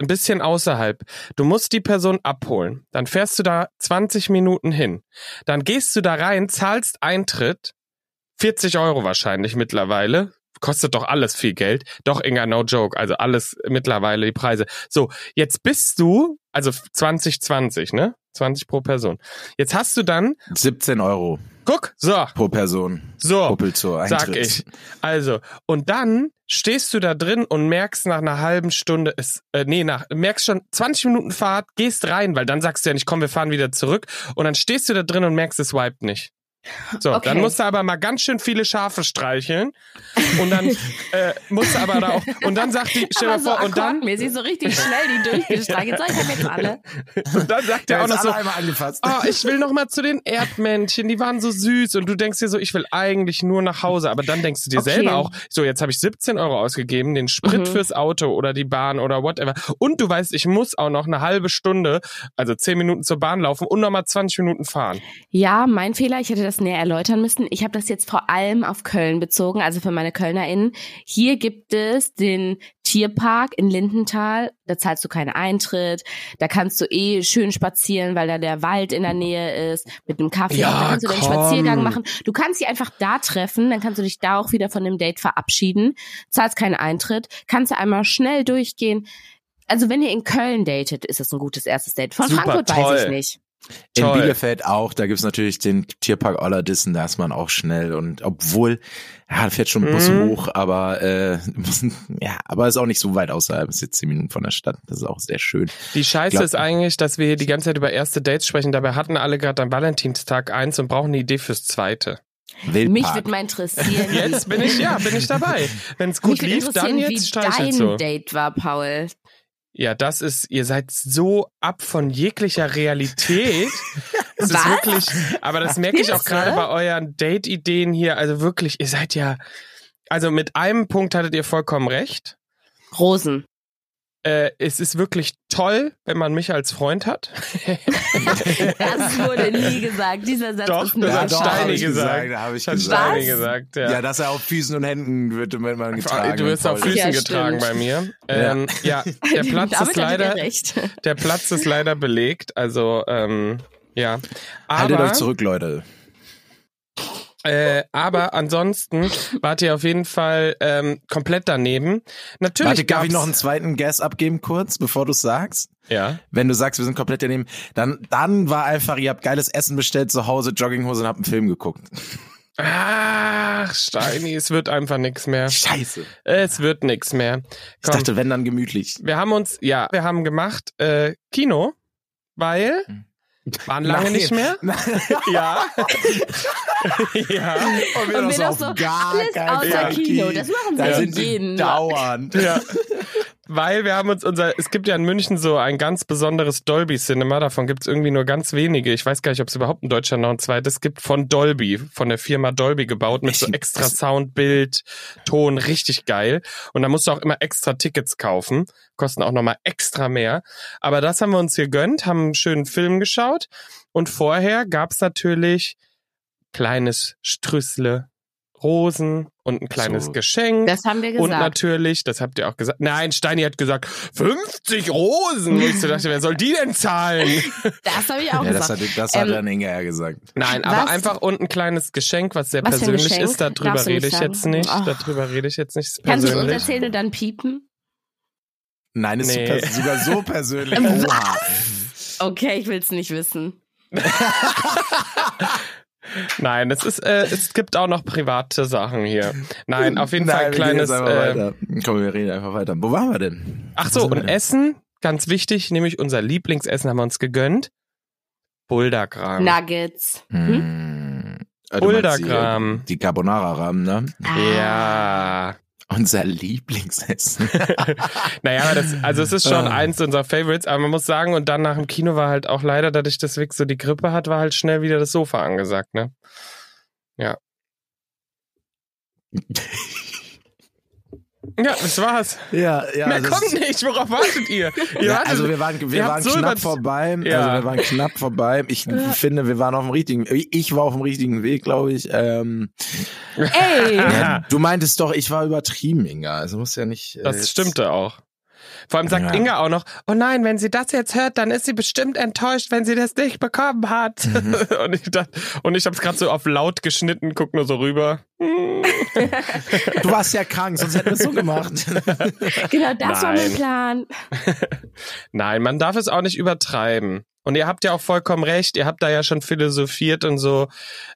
Speaker 1: Ein bisschen außerhalb. Du musst die Person abholen. Dann fährst du da 20 Minuten hin. Dann gehst du da rein, zahlst Eintritt, 40 Euro wahrscheinlich mittlerweile. Kostet doch alles viel Geld. Doch, Inga, no joke. Also alles mittlerweile die Preise. So, jetzt bist du, also 2020, ne? 20 pro Person. Jetzt hast du dann,
Speaker 3: 17 Euro
Speaker 1: guck, so,
Speaker 3: pro Person.
Speaker 1: so,
Speaker 3: Kuppel zur Eintritt.
Speaker 1: Oh, sag ich. Also, und dann stehst du da drin und merkst nach einer halben Stunde, es, äh, nee, nach, merkst schon 20 Minuten Fahrt, gehst rein, weil dann sagst du ja nicht, komm, wir fahren wieder zurück. Und dann stehst du da drin und merkst, es wiped nicht. So,
Speaker 2: Okay.
Speaker 1: dann musst du aber mal ganz schön viele Schafe streicheln. Und dann äh, musst du aber da auch, und dann sagt die, stell
Speaker 2: Aber
Speaker 1: dir
Speaker 2: so
Speaker 1: vor, und dann,
Speaker 2: akkordmäßig, so richtig schnell die durchgestreichelt. So, ich hab jetzt alle.
Speaker 1: und dann sagt er
Speaker 3: Der ja,
Speaker 1: auch noch
Speaker 3: alle
Speaker 1: so,
Speaker 3: einmal angefasst.
Speaker 1: Ah, ich will noch mal zu den Erdmännchen, die waren so süß und du denkst dir so, ich will eigentlich nur nach Hause, aber dann denkst du dir
Speaker 2: Okay.
Speaker 1: selber auch, so jetzt habe ich 17 Euro ausgegeben, den Sprit
Speaker 2: Mhm.
Speaker 1: fürs Auto oder die Bahn oder whatever und du weißt, ich muss auch noch eine halbe Stunde, also 10 Minuten zur Bahn laufen und noch mal 20 Minuten fahren.
Speaker 2: Ja, mein Fehler, ich hätte das näher erläutern müssen. Ich habe das jetzt vor allem auf Köln bezogen, also für meine KölnerInnen. Hier gibt es den Tierpark in Lindenthal, da zahlst du keinen Eintritt, da kannst du eh schön spazieren, weil da der Wald in der Nähe ist, mit einem Kaffee,
Speaker 1: Ja,
Speaker 2: da kannst du
Speaker 1: komm.
Speaker 2: den Spaziergang machen. Du kannst sie einfach da treffen, dann kannst du dich da auch wieder von dem Date verabschieden, zahlst keinen Eintritt, kannst du einmal schnell durchgehen. Also wenn ihr in Köln datet, ist das ein gutes erstes Date. Von
Speaker 1: Super,
Speaker 2: Frankfurt weiß ich
Speaker 1: toll.
Speaker 2: nicht.
Speaker 3: In
Speaker 1: Toll.
Speaker 3: Bielefeld auch, da gibt's natürlich den Tierpark Ollerdissen, da ist man auch schnell und obwohl, ja, da fährt schon ein Bus
Speaker 1: Mhm.
Speaker 3: hoch, aber äh, ja, aber ist auch nicht so weit außerhalb, ist jetzt zehn Minuten von der Stadt, das ist auch sehr schön.
Speaker 1: Die Scheiße
Speaker 3: Glaub-
Speaker 1: ist eigentlich, dass wir hier die ganze Zeit über erste Dates sprechen, dabei hatten alle gerade am Valentinstag eins und brauchen eine Idee fürs zweite.
Speaker 2: Mich
Speaker 3: Wildpark.
Speaker 2: würde mal interessieren, wie
Speaker 1: Jetzt bin ich ja, bin ich dabei. Wenn es gut
Speaker 2: Mich würde
Speaker 1: lief, dann
Speaker 2: interessieren,
Speaker 1: jetzt
Speaker 2: wie dein
Speaker 1: streichelt so.
Speaker 2: Date war, Paul.
Speaker 1: Ja, das ist, ihr seid so ab von jeglicher Realität. Es ist
Speaker 2: Was?
Speaker 1: wirklich, aber das merke ich auch
Speaker 2: Hilfe?
Speaker 1: gerade bei euren Date-Ideen hier. Also wirklich, ihr seid ja, also mit einem Punkt hattet ihr vollkommen recht.
Speaker 2: Rosen.
Speaker 1: Äh, es ist wirklich toll, wenn man mich als Freund hat.
Speaker 2: Das wurde nie gesagt. Dieser Satz
Speaker 1: Doch,
Speaker 2: ist
Speaker 1: das
Speaker 2: nur
Speaker 1: hat
Speaker 3: doch, hab
Speaker 1: Steini
Speaker 3: ich
Speaker 1: gesagt.
Speaker 3: gesagt, da hab ich
Speaker 1: hat
Speaker 3: gesagt.
Speaker 1: Steini
Speaker 2: Was?
Speaker 1: gesagt,
Speaker 3: ja.
Speaker 1: ja.
Speaker 3: dass er auf Füßen und Händen wird immer man getragen.
Speaker 1: du wirst
Speaker 3: Paul.
Speaker 1: auf Füßen
Speaker 2: Ja,
Speaker 1: getragen
Speaker 2: stimmt.
Speaker 1: bei mir. Ähm, ja. der Platz
Speaker 2: Damit
Speaker 1: ist
Speaker 2: hat er
Speaker 1: leider,
Speaker 2: recht.
Speaker 1: der Platz ist leider belegt. Also, ähm, ja. Aber,
Speaker 3: Haltet euch zurück, Leute.
Speaker 1: Äh, aber ansonsten wart ihr auf jeden Fall ähm, komplett daneben. Natürlich
Speaker 3: Warte, darf
Speaker 1: gab's-
Speaker 3: ich noch einen zweiten Guess abgeben kurz, bevor du sagst?
Speaker 1: ja.
Speaker 3: Wenn du sagst, wir sind komplett daneben, dann, dann war einfach, ihr habt geiles Essen bestellt zu Hause, Jogginghose und habt einen Film geguckt.
Speaker 1: Ach, Steini, es wird einfach nichts mehr.
Speaker 3: Scheiße.
Speaker 1: Es wird nichts mehr.
Speaker 3: Ich
Speaker 1: Komm,
Speaker 3: dachte, wenn dann gemütlich.
Speaker 1: wir haben uns, ja, wir haben gemacht äh, Kino, weil waren lange
Speaker 3: Hm. Nein.
Speaker 1: nicht mehr.
Speaker 3: Nein.
Speaker 1: Ja. ja.
Speaker 3: Und
Speaker 2: wir doch so, alles außer Kino. Das machen
Speaker 3: da
Speaker 1: wir
Speaker 3: sind
Speaker 2: jeden
Speaker 3: die
Speaker 2: Tag.
Speaker 3: dauernd.
Speaker 1: Ja. Weil wir haben uns unser, es gibt ja in München so ein ganz besonderes Dolby Cinema, davon gibt es irgendwie nur ganz wenige. Ich weiß gar nicht, ob es überhaupt in Deutschland noch ein zweites gibt, von Dolby, von der Firma Dolby gebaut, mit so
Speaker 3: Ich-
Speaker 1: extra Sound, Bild, Ton, richtig geil. Und da musst du auch immer extra Tickets kaufen, kosten auch nochmal extra mehr. Aber das haben wir uns gegönnt, haben einen schönen Film geschaut und vorher gab's natürlich kleines Strüssle Hosen und ein kleines
Speaker 3: So.
Speaker 1: Geschenk.
Speaker 2: Das haben wir
Speaker 1: und
Speaker 2: gesagt.
Speaker 1: natürlich, das habt ihr auch gesagt. Nein, Steini hat gesagt, 50 Rosen. Wo ich so dachte, wer soll die denn zahlen?
Speaker 2: Das habe ich auch
Speaker 3: Ja, das
Speaker 2: gesagt.
Speaker 3: hat, das hat
Speaker 2: Ähm,
Speaker 3: dann Inga ja gesagt.
Speaker 1: Nein, aber
Speaker 2: Was?
Speaker 1: einfach und ein kleines Geschenk, was sehr
Speaker 2: Was für ein
Speaker 1: persönlich
Speaker 2: Geschenk?
Speaker 1: ist. Darüber
Speaker 2: Darfst du nicht
Speaker 1: rede ich
Speaker 2: sagen. Oh.
Speaker 1: jetzt nicht.
Speaker 2: Ach.
Speaker 1: Darüber rede ich jetzt nicht. Ist
Speaker 2: Kannst du es uns
Speaker 1: persönlich.
Speaker 2: erzählen und dann piepen?
Speaker 3: Nein, ist
Speaker 1: Nee.
Speaker 3: super, sogar so persönlich.
Speaker 2: Ähm, Was?
Speaker 3: Oha.
Speaker 2: Okay, ich will es nicht wissen.
Speaker 1: Nein, es ist, äh, es gibt auch noch private Sachen hier. Nein, auf jeden Fall ein
Speaker 3: Nein, wir gehen
Speaker 1: kleines.
Speaker 3: jetzt einfach
Speaker 1: Äh,
Speaker 3: weiter. Komm, wir reden einfach weiter. Wo waren wir denn?
Speaker 1: ach so,
Speaker 3: Wo sind wir
Speaker 1: und
Speaker 3: denn?
Speaker 1: Essen, ganz wichtig, nämlich unser Lieblingsessen haben wir uns gegönnt. Buldergram.
Speaker 2: Nuggets. Hm?
Speaker 3: Hm. Ah, du meinst
Speaker 1: Buldergram.
Speaker 3: Die, die Carbonara-Rahmen, ne?
Speaker 1: Ja.
Speaker 3: Unser Lieblingsessen.
Speaker 1: Naja, aber das, also es ist schon
Speaker 3: Ah.
Speaker 1: eins unserer Favorites, aber man muss sagen, und dann nach dem Kino war halt auch leider, dadurch, dass Vic so die Grippe hat, war halt schnell wieder das Sofa angesagt, ne? Ja. ja, das war's.
Speaker 3: ja, ja.
Speaker 1: Mehr
Speaker 3: das-
Speaker 1: kommt nicht, worauf wartet ihr? ihr
Speaker 3: Ja,
Speaker 1: wartet,
Speaker 3: also wir waren, wir
Speaker 1: ihr
Speaker 3: waren
Speaker 1: habt so
Speaker 3: knapp
Speaker 1: überz-
Speaker 3: vorbei.
Speaker 1: Ja.
Speaker 3: Also wir waren knapp vorbei. Ich finde, wir waren auf dem richtigen, ich war auf dem richtigen Weg, glaube ich. Ähm,
Speaker 2: Ey!
Speaker 1: Aha.
Speaker 3: ja, du meintest doch, ich war übertrieben, Inga. Also muss ja nicht. äh,
Speaker 1: das
Speaker 3: jetzt-
Speaker 1: stimmte auch. Vor allem sagt
Speaker 3: Ja.
Speaker 1: Inga auch noch, oh nein, wenn sie das jetzt hört, dann ist sie bestimmt enttäuscht, wenn sie das nicht bekommen hat.
Speaker 3: Mhm.
Speaker 1: und ich dachte, und ich hab's gerade so auf laut geschnitten, guck nur so rüber.
Speaker 3: Du warst ja krank, sonst hätten wir es so gemacht.
Speaker 2: Genau, das war mein
Speaker 1: Nein.
Speaker 2: Plan.
Speaker 1: Nein, man darf es auch nicht übertreiben. Und ihr habt ja auch vollkommen recht, ihr habt da ja schon philosophiert und so.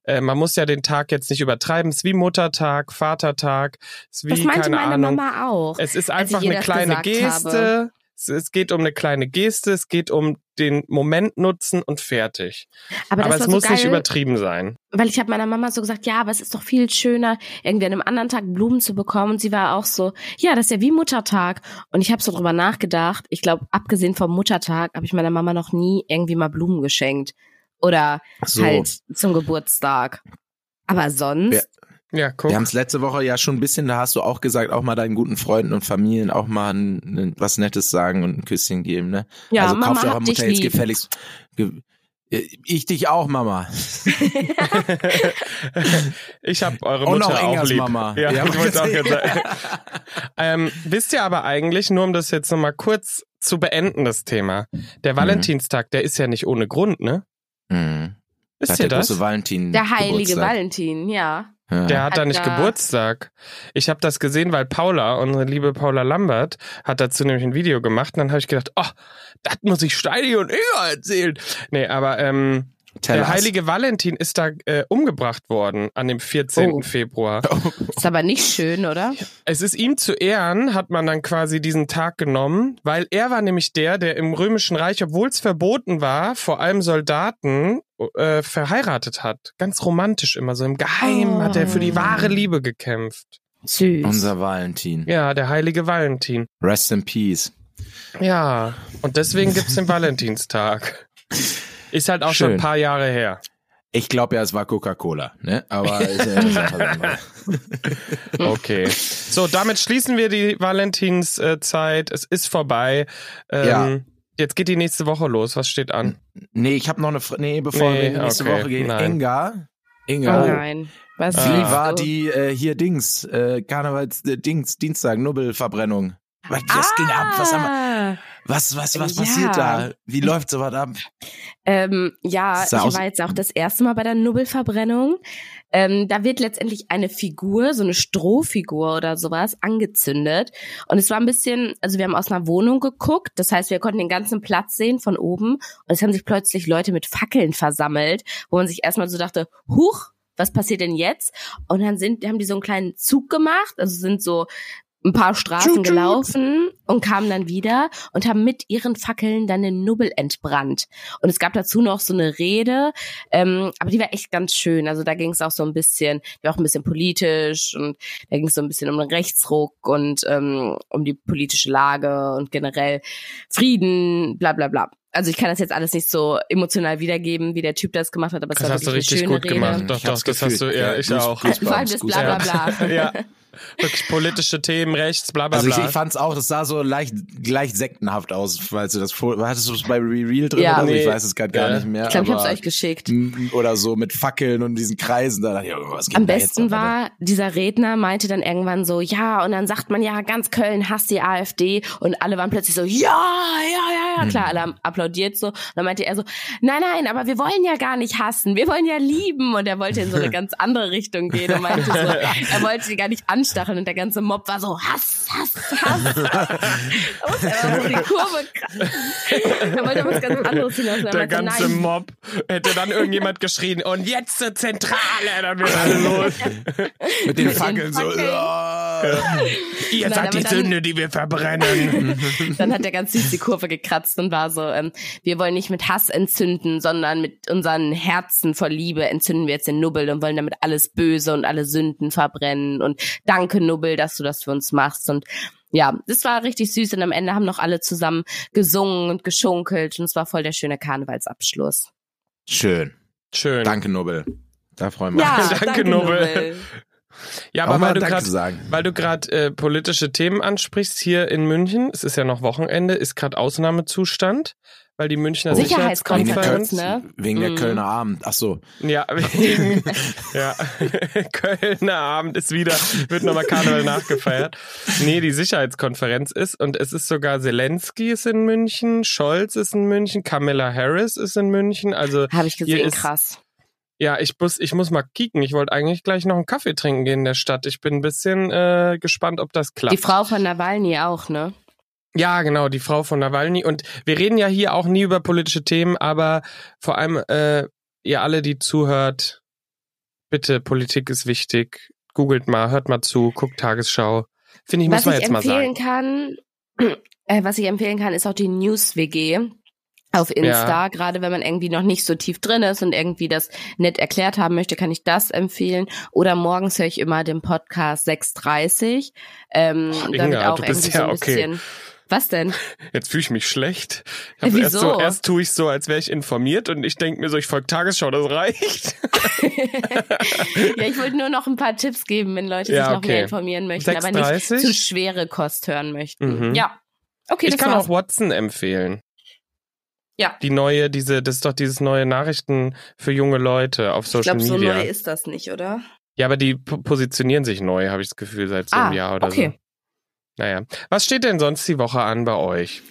Speaker 1: Äh, man muss ja den Tag jetzt nicht übertreiben. Es ist wie Muttertag, Vatertag, es ist wie,
Speaker 2: das meinte
Speaker 1: keine
Speaker 2: meine
Speaker 1: Ahnung. Äh,
Speaker 2: Mama auch.
Speaker 1: Es ist
Speaker 2: als
Speaker 1: einfach
Speaker 2: ich ihr
Speaker 1: eine
Speaker 2: das
Speaker 1: kleine
Speaker 2: gesagt
Speaker 1: Geste. Es, es geht um eine kleine Geste, es geht um den Moment nutzen und fertig.
Speaker 2: Aber,
Speaker 1: Aber
Speaker 2: das
Speaker 1: es
Speaker 2: war
Speaker 1: muss
Speaker 2: so geil,
Speaker 1: nicht übertrieben sein.
Speaker 2: weil ich habe meiner Mama so gesagt, ja, aber es ist doch viel schöner, irgendwie an einem anderen Tag Blumen zu bekommen. Und sie war auch so, ja, das ist ja wie Muttertag. Und ich habe so drüber nachgedacht. Ich glaube, abgesehen vom Muttertag habe ich meiner Mama noch nie irgendwie mal Blumen geschenkt. Oder
Speaker 3: So.
Speaker 2: halt zum Geburtstag. Aber sonst,
Speaker 3: Ja.
Speaker 1: Ja, guck.
Speaker 3: Wir haben es letzte Woche ja schon ein bisschen, da hast du auch gesagt, auch mal deinen guten Freunden und Familien auch mal ein, ein, was Nettes sagen und ein Küsschen geben, ne?
Speaker 2: ja,
Speaker 3: also
Speaker 2: Mama
Speaker 3: kauft eurer
Speaker 2: hat dich
Speaker 3: Mutter jetzt
Speaker 2: lieb.
Speaker 3: gefälligst. Ge äh, ich dich auch, Mama.
Speaker 1: ich habe eure
Speaker 3: Und
Speaker 1: Mutter
Speaker 3: auch
Speaker 1: auch
Speaker 3: Ingas
Speaker 1: lieb.
Speaker 3: Mama.
Speaker 1: Ja,
Speaker 3: Ja,
Speaker 1: ich wollte auch
Speaker 3: gesehen.
Speaker 1: jetzt sagen. ähm, wisst ihr aber eigentlich, nur um das jetzt nochmal kurz zu beenden, das Thema. Der Valentinstag, der ist ja nicht ohne Grund, ne?
Speaker 3: Mhm. Da
Speaker 1: Wisst
Speaker 3: hat
Speaker 1: ihr
Speaker 3: der
Speaker 1: das?
Speaker 3: große Valentin
Speaker 2: Der heilige
Speaker 3: Geburtstag.
Speaker 2: Valentin, ja.
Speaker 3: Ja.
Speaker 1: Der hat da
Speaker 2: Hat
Speaker 1: nicht
Speaker 2: da-
Speaker 1: Geburtstag. Ich habe das gesehen, weil Paula, unsere liebe Paula Lambert, hat dazu nämlich ein Video gemacht. Und dann habe ich gedacht, oh, das muss ich Steini und Eva erzählen. Nee, aber ähm,
Speaker 3: Tell
Speaker 1: der
Speaker 3: us.
Speaker 1: heilige Valentin ist da äh, umgebracht worden an dem 14.
Speaker 2: Oh.
Speaker 1: Februar.
Speaker 2: Ist aber nicht schön, oder?
Speaker 1: Es ist ihm zu Ehren, hat man dann quasi diesen Tag genommen, weil er war nämlich der, der im Römischen Reich, obwohl es verboten war, vor allem Soldaten äh, verheiratet hat. Ganz romantisch immer so. Im Geheimen
Speaker 2: Oh.
Speaker 1: hat er für die wahre Liebe gekämpft.
Speaker 2: Süß.
Speaker 3: Unser Valentin.
Speaker 1: Ja, der heilige Valentin.
Speaker 3: Rest in Peace.
Speaker 1: Ja, und deswegen gibt's den Valentinstag. Ist halt auch schon
Speaker 3: Schön.
Speaker 1: ein paar Jahre her.
Speaker 3: Ich glaube ja, es war Coca-Cola, ne? Aber ist ja interessant, was anderes.
Speaker 1: Okay. So, damit schließen wir die Valentinszeit. Es ist vorbei. Ähm,
Speaker 3: Ja.
Speaker 1: Jetzt geht die nächste Woche los. Was steht an?
Speaker 3: Nee, ich habe noch eine Frage. Nee, bevor
Speaker 1: Nee,
Speaker 3: wir in die nächste
Speaker 1: okay,
Speaker 3: Woche gehen.
Speaker 1: nein.
Speaker 3: Inga.
Speaker 2: oh
Speaker 3: Inga.
Speaker 2: nein. Was
Speaker 1: Ah.
Speaker 3: Wie
Speaker 2: siehst
Speaker 3: war
Speaker 2: du?
Speaker 3: die äh, hier Dings? Äh, Karnevals äh, Dings, Dienstag, Nubbelverbrennung. Was, was ging ab? Was, haben wir,
Speaker 2: Ah.
Speaker 3: was, was, was
Speaker 2: Ja.
Speaker 3: passiert da? Wie läuft sowas ab?
Speaker 2: Ähm, ja,
Speaker 3: Sah aus-
Speaker 2: ich war jetzt auch das erste Mal bei der Nubbelverbrennung. Ähm, da wird letztendlich eine Figur, so eine Strohfigur oder sowas, angezündet. Und es war ein bisschen, also wir haben aus einer Wohnung geguckt, das heißt, wir konnten den ganzen Platz sehen von oben. Und es haben sich plötzlich Leute mit Fackeln versammelt, wo man sich erstmal so dachte, huch, was passiert denn jetzt? Und dann sind, haben die so einen kleinen Zug gemacht, also sind so ein paar Straßen
Speaker 3: Tschut, tschut.
Speaker 2: gelaufen und kamen dann wieder und haben mit ihren Fackeln dann den Nubbel entbrannt. Und es gab dazu noch so eine Rede, ähm, aber die war echt ganz schön. Also da ging es auch so ein bisschen, die war auch ein bisschen politisch und da ging es so ein bisschen um den Rechtsruck und ähm, um die politische Lage und generell Frieden, bla bla bla. Also ich kann das jetzt alles nicht so emotional wiedergeben, wie der Typ das gemacht hat, aber es
Speaker 1: Das
Speaker 2: war
Speaker 1: hast du
Speaker 2: wirklich
Speaker 1: richtig
Speaker 2: eine schöne
Speaker 1: gut
Speaker 2: Rede.
Speaker 1: gemacht. Doch,
Speaker 3: Ich
Speaker 1: doch,
Speaker 3: hab's
Speaker 1: das hast du,
Speaker 3: gefühlt.
Speaker 1: ja,
Speaker 3: Ja,
Speaker 1: ich
Speaker 3: Goose-
Speaker 1: auch.
Speaker 3: Goose-
Speaker 2: Vor allem das bla bla bla.
Speaker 1: Ja. Wirklich politische Themen, rechts, bla bla
Speaker 3: Also ich,
Speaker 1: bla.
Speaker 3: ich fand's auch, das sah so so leicht, leicht sektenhaft aus, falls du das vor, hattest du das bei Real drin
Speaker 2: Ja.
Speaker 3: oder so? Ich
Speaker 1: Nee.
Speaker 3: weiß es gerade gar
Speaker 1: Ja.
Speaker 3: nicht mehr.
Speaker 2: Ich glaube, ich
Speaker 3: aber-
Speaker 2: habe es euch geschickt.
Speaker 3: M- oder so mit Fackeln und diesen Kreisen. Da dachte ich, oh, was geht
Speaker 2: Am
Speaker 3: denn da jetzt
Speaker 2: besten
Speaker 3: ab, Alter?
Speaker 2: war, dieser Redner meinte dann irgendwann so, ja, und dann sagt man, ja, ganz Köln hasst die AfD und alle waren plötzlich so, ja, ja, ja, ja, klar, alle haben applaudiert so. Und dann meinte er so, nein, nein, aber wir wollen ja gar nicht hassen, wir wollen ja lieben. Und er wollte in so eine ganz andere Richtung gehen und meinte so, er wollte sie gar nicht anstacheln und der ganze Mob war so, Hass, Hass, Hass. da muss er aber so die Kurve kratzen. Er wollte aber was ganz anderes hinaus. Er
Speaker 1: Der
Speaker 2: meinte,
Speaker 1: ganze
Speaker 2: nein,
Speaker 1: Mob hätte dann irgendjemand geschrien und jetzt zur Zentrale, dann wäre alle los.
Speaker 3: mit den
Speaker 2: mit den
Speaker 3: Fackeln so.
Speaker 2: Fackeln.
Speaker 3: Ja.
Speaker 1: Ihr
Speaker 2: Nein,
Speaker 1: seid die
Speaker 2: aber dann-
Speaker 1: Sünde, die wir verbrennen.
Speaker 2: Dann hat er ganz süß die Kurve gekratzt und war so, ähm, wir wollen nicht mit Hass entzünden, sondern mit unseren Herzen vor Liebe entzünden wir jetzt den Nubbel und wollen damit alles Böse und alle Sünden verbrennen. Und danke, Nubbel, dass du das für uns machst. Und ja, das war richtig süß. Und am Ende haben noch alle zusammen gesungen und geschunkelt. Und es war voll der schöne Karnevalsabschluss.
Speaker 3: Schön.
Speaker 1: Schön.
Speaker 3: Danke, Nobel. Da freuen wir
Speaker 2: Ja,
Speaker 3: uns.
Speaker 1: danke, Nubbel. Ja,
Speaker 3: Aber
Speaker 1: aber
Speaker 3: mal
Speaker 1: weil du
Speaker 3: Danke
Speaker 1: gerade
Speaker 3: zu sagen.
Speaker 1: Weil du gerade äh, politische Themen ansprichst, hier in München, es ist ja noch Wochenende, ist gerade Ausnahmezustand, weil die
Speaker 3: Oh.
Speaker 1: Münchner
Speaker 3: Wegen der, Köl
Speaker 2: Sicherheitskonferenz,
Speaker 1: Sicherheitskonferenz.
Speaker 2: ne?
Speaker 3: wegen der
Speaker 2: Mhm.
Speaker 3: Kölner Abend. Ach so.
Speaker 1: Ja, wegen, ja, Kölner Abend ist wieder, wird nochmal Karneval nachgefeiert. Nee, die Sicherheitskonferenz ist und es ist sogar Zelensky ist in München, Scholz ist in München, Kamala Harris ist in München, also
Speaker 2: Habe ich
Speaker 1: Hier
Speaker 2: gesehen,
Speaker 1: ist-
Speaker 2: krass.
Speaker 1: Ja, ich muss, ich muss mal kicken. Ich wollte eigentlich gleich noch einen Kaffee trinken gehen in der Stadt. Ich bin ein bisschen äh, gespannt, ob das klappt.
Speaker 2: Die Frau von Nawalny auch, ne?
Speaker 1: Ja, genau, die Frau von Nawalny. Und wir reden ja hier auch nie über politische Themen, aber vor allem äh, ihr alle, die zuhört, bitte, Politik ist wichtig. Googelt mal, hört mal zu, guckt Tagesschau. Finde ich, muss
Speaker 2: Was
Speaker 1: man
Speaker 2: ich
Speaker 1: jetzt mal
Speaker 2: empfehlen
Speaker 1: sagen.
Speaker 2: kann, äh, was ich empfehlen kann, ist auch die News WG auf Insta. Gerade wenn man irgendwie noch nicht so tief drin ist und irgendwie das nett erklärt haben möchte, kann ich das empfehlen. Oder morgens höre ich immer den Podcast 6:30. Ähm,
Speaker 1: Oh,
Speaker 2: da wird
Speaker 1: Inga,
Speaker 2: auch
Speaker 1: du bist
Speaker 2: irgendwie so
Speaker 1: ja
Speaker 2: ein
Speaker 1: okay.
Speaker 2: bisschen. Was denn?
Speaker 1: Jetzt fühle ich mich schlecht. Ich
Speaker 2: Wieso?
Speaker 1: Erst, so, erst tue ich so, als wäre ich informiert und ich denke mir so, ich folge Tagesschau, das reicht.
Speaker 2: ja, ich wollte nur noch ein paar Tipps geben, wenn Leute
Speaker 1: Ja,
Speaker 2: sich noch
Speaker 1: okay.
Speaker 2: mehr informieren möchten, aber nicht
Speaker 1: 6:30?
Speaker 2: zu schwere Kost hören möchten.
Speaker 1: Mhm.
Speaker 2: Ja. Okay,
Speaker 1: ich
Speaker 2: das
Speaker 1: kann
Speaker 2: war's.
Speaker 1: auch Watson empfehlen.
Speaker 2: Ja.
Speaker 1: Die neue, diese, das ist doch dieses neue Nachrichten für junge Leute auf
Speaker 4: Ich
Speaker 1: Social
Speaker 4: glaube, so
Speaker 1: Media.
Speaker 4: neu ist das nicht, oder?
Speaker 1: Ja, aber die po- positionieren sich neu, habe ich das Gefühl, seit so
Speaker 2: Ah,
Speaker 1: einem Jahr oder
Speaker 2: okay.
Speaker 1: so. Naja. Was steht denn sonst die Woche an bei euch?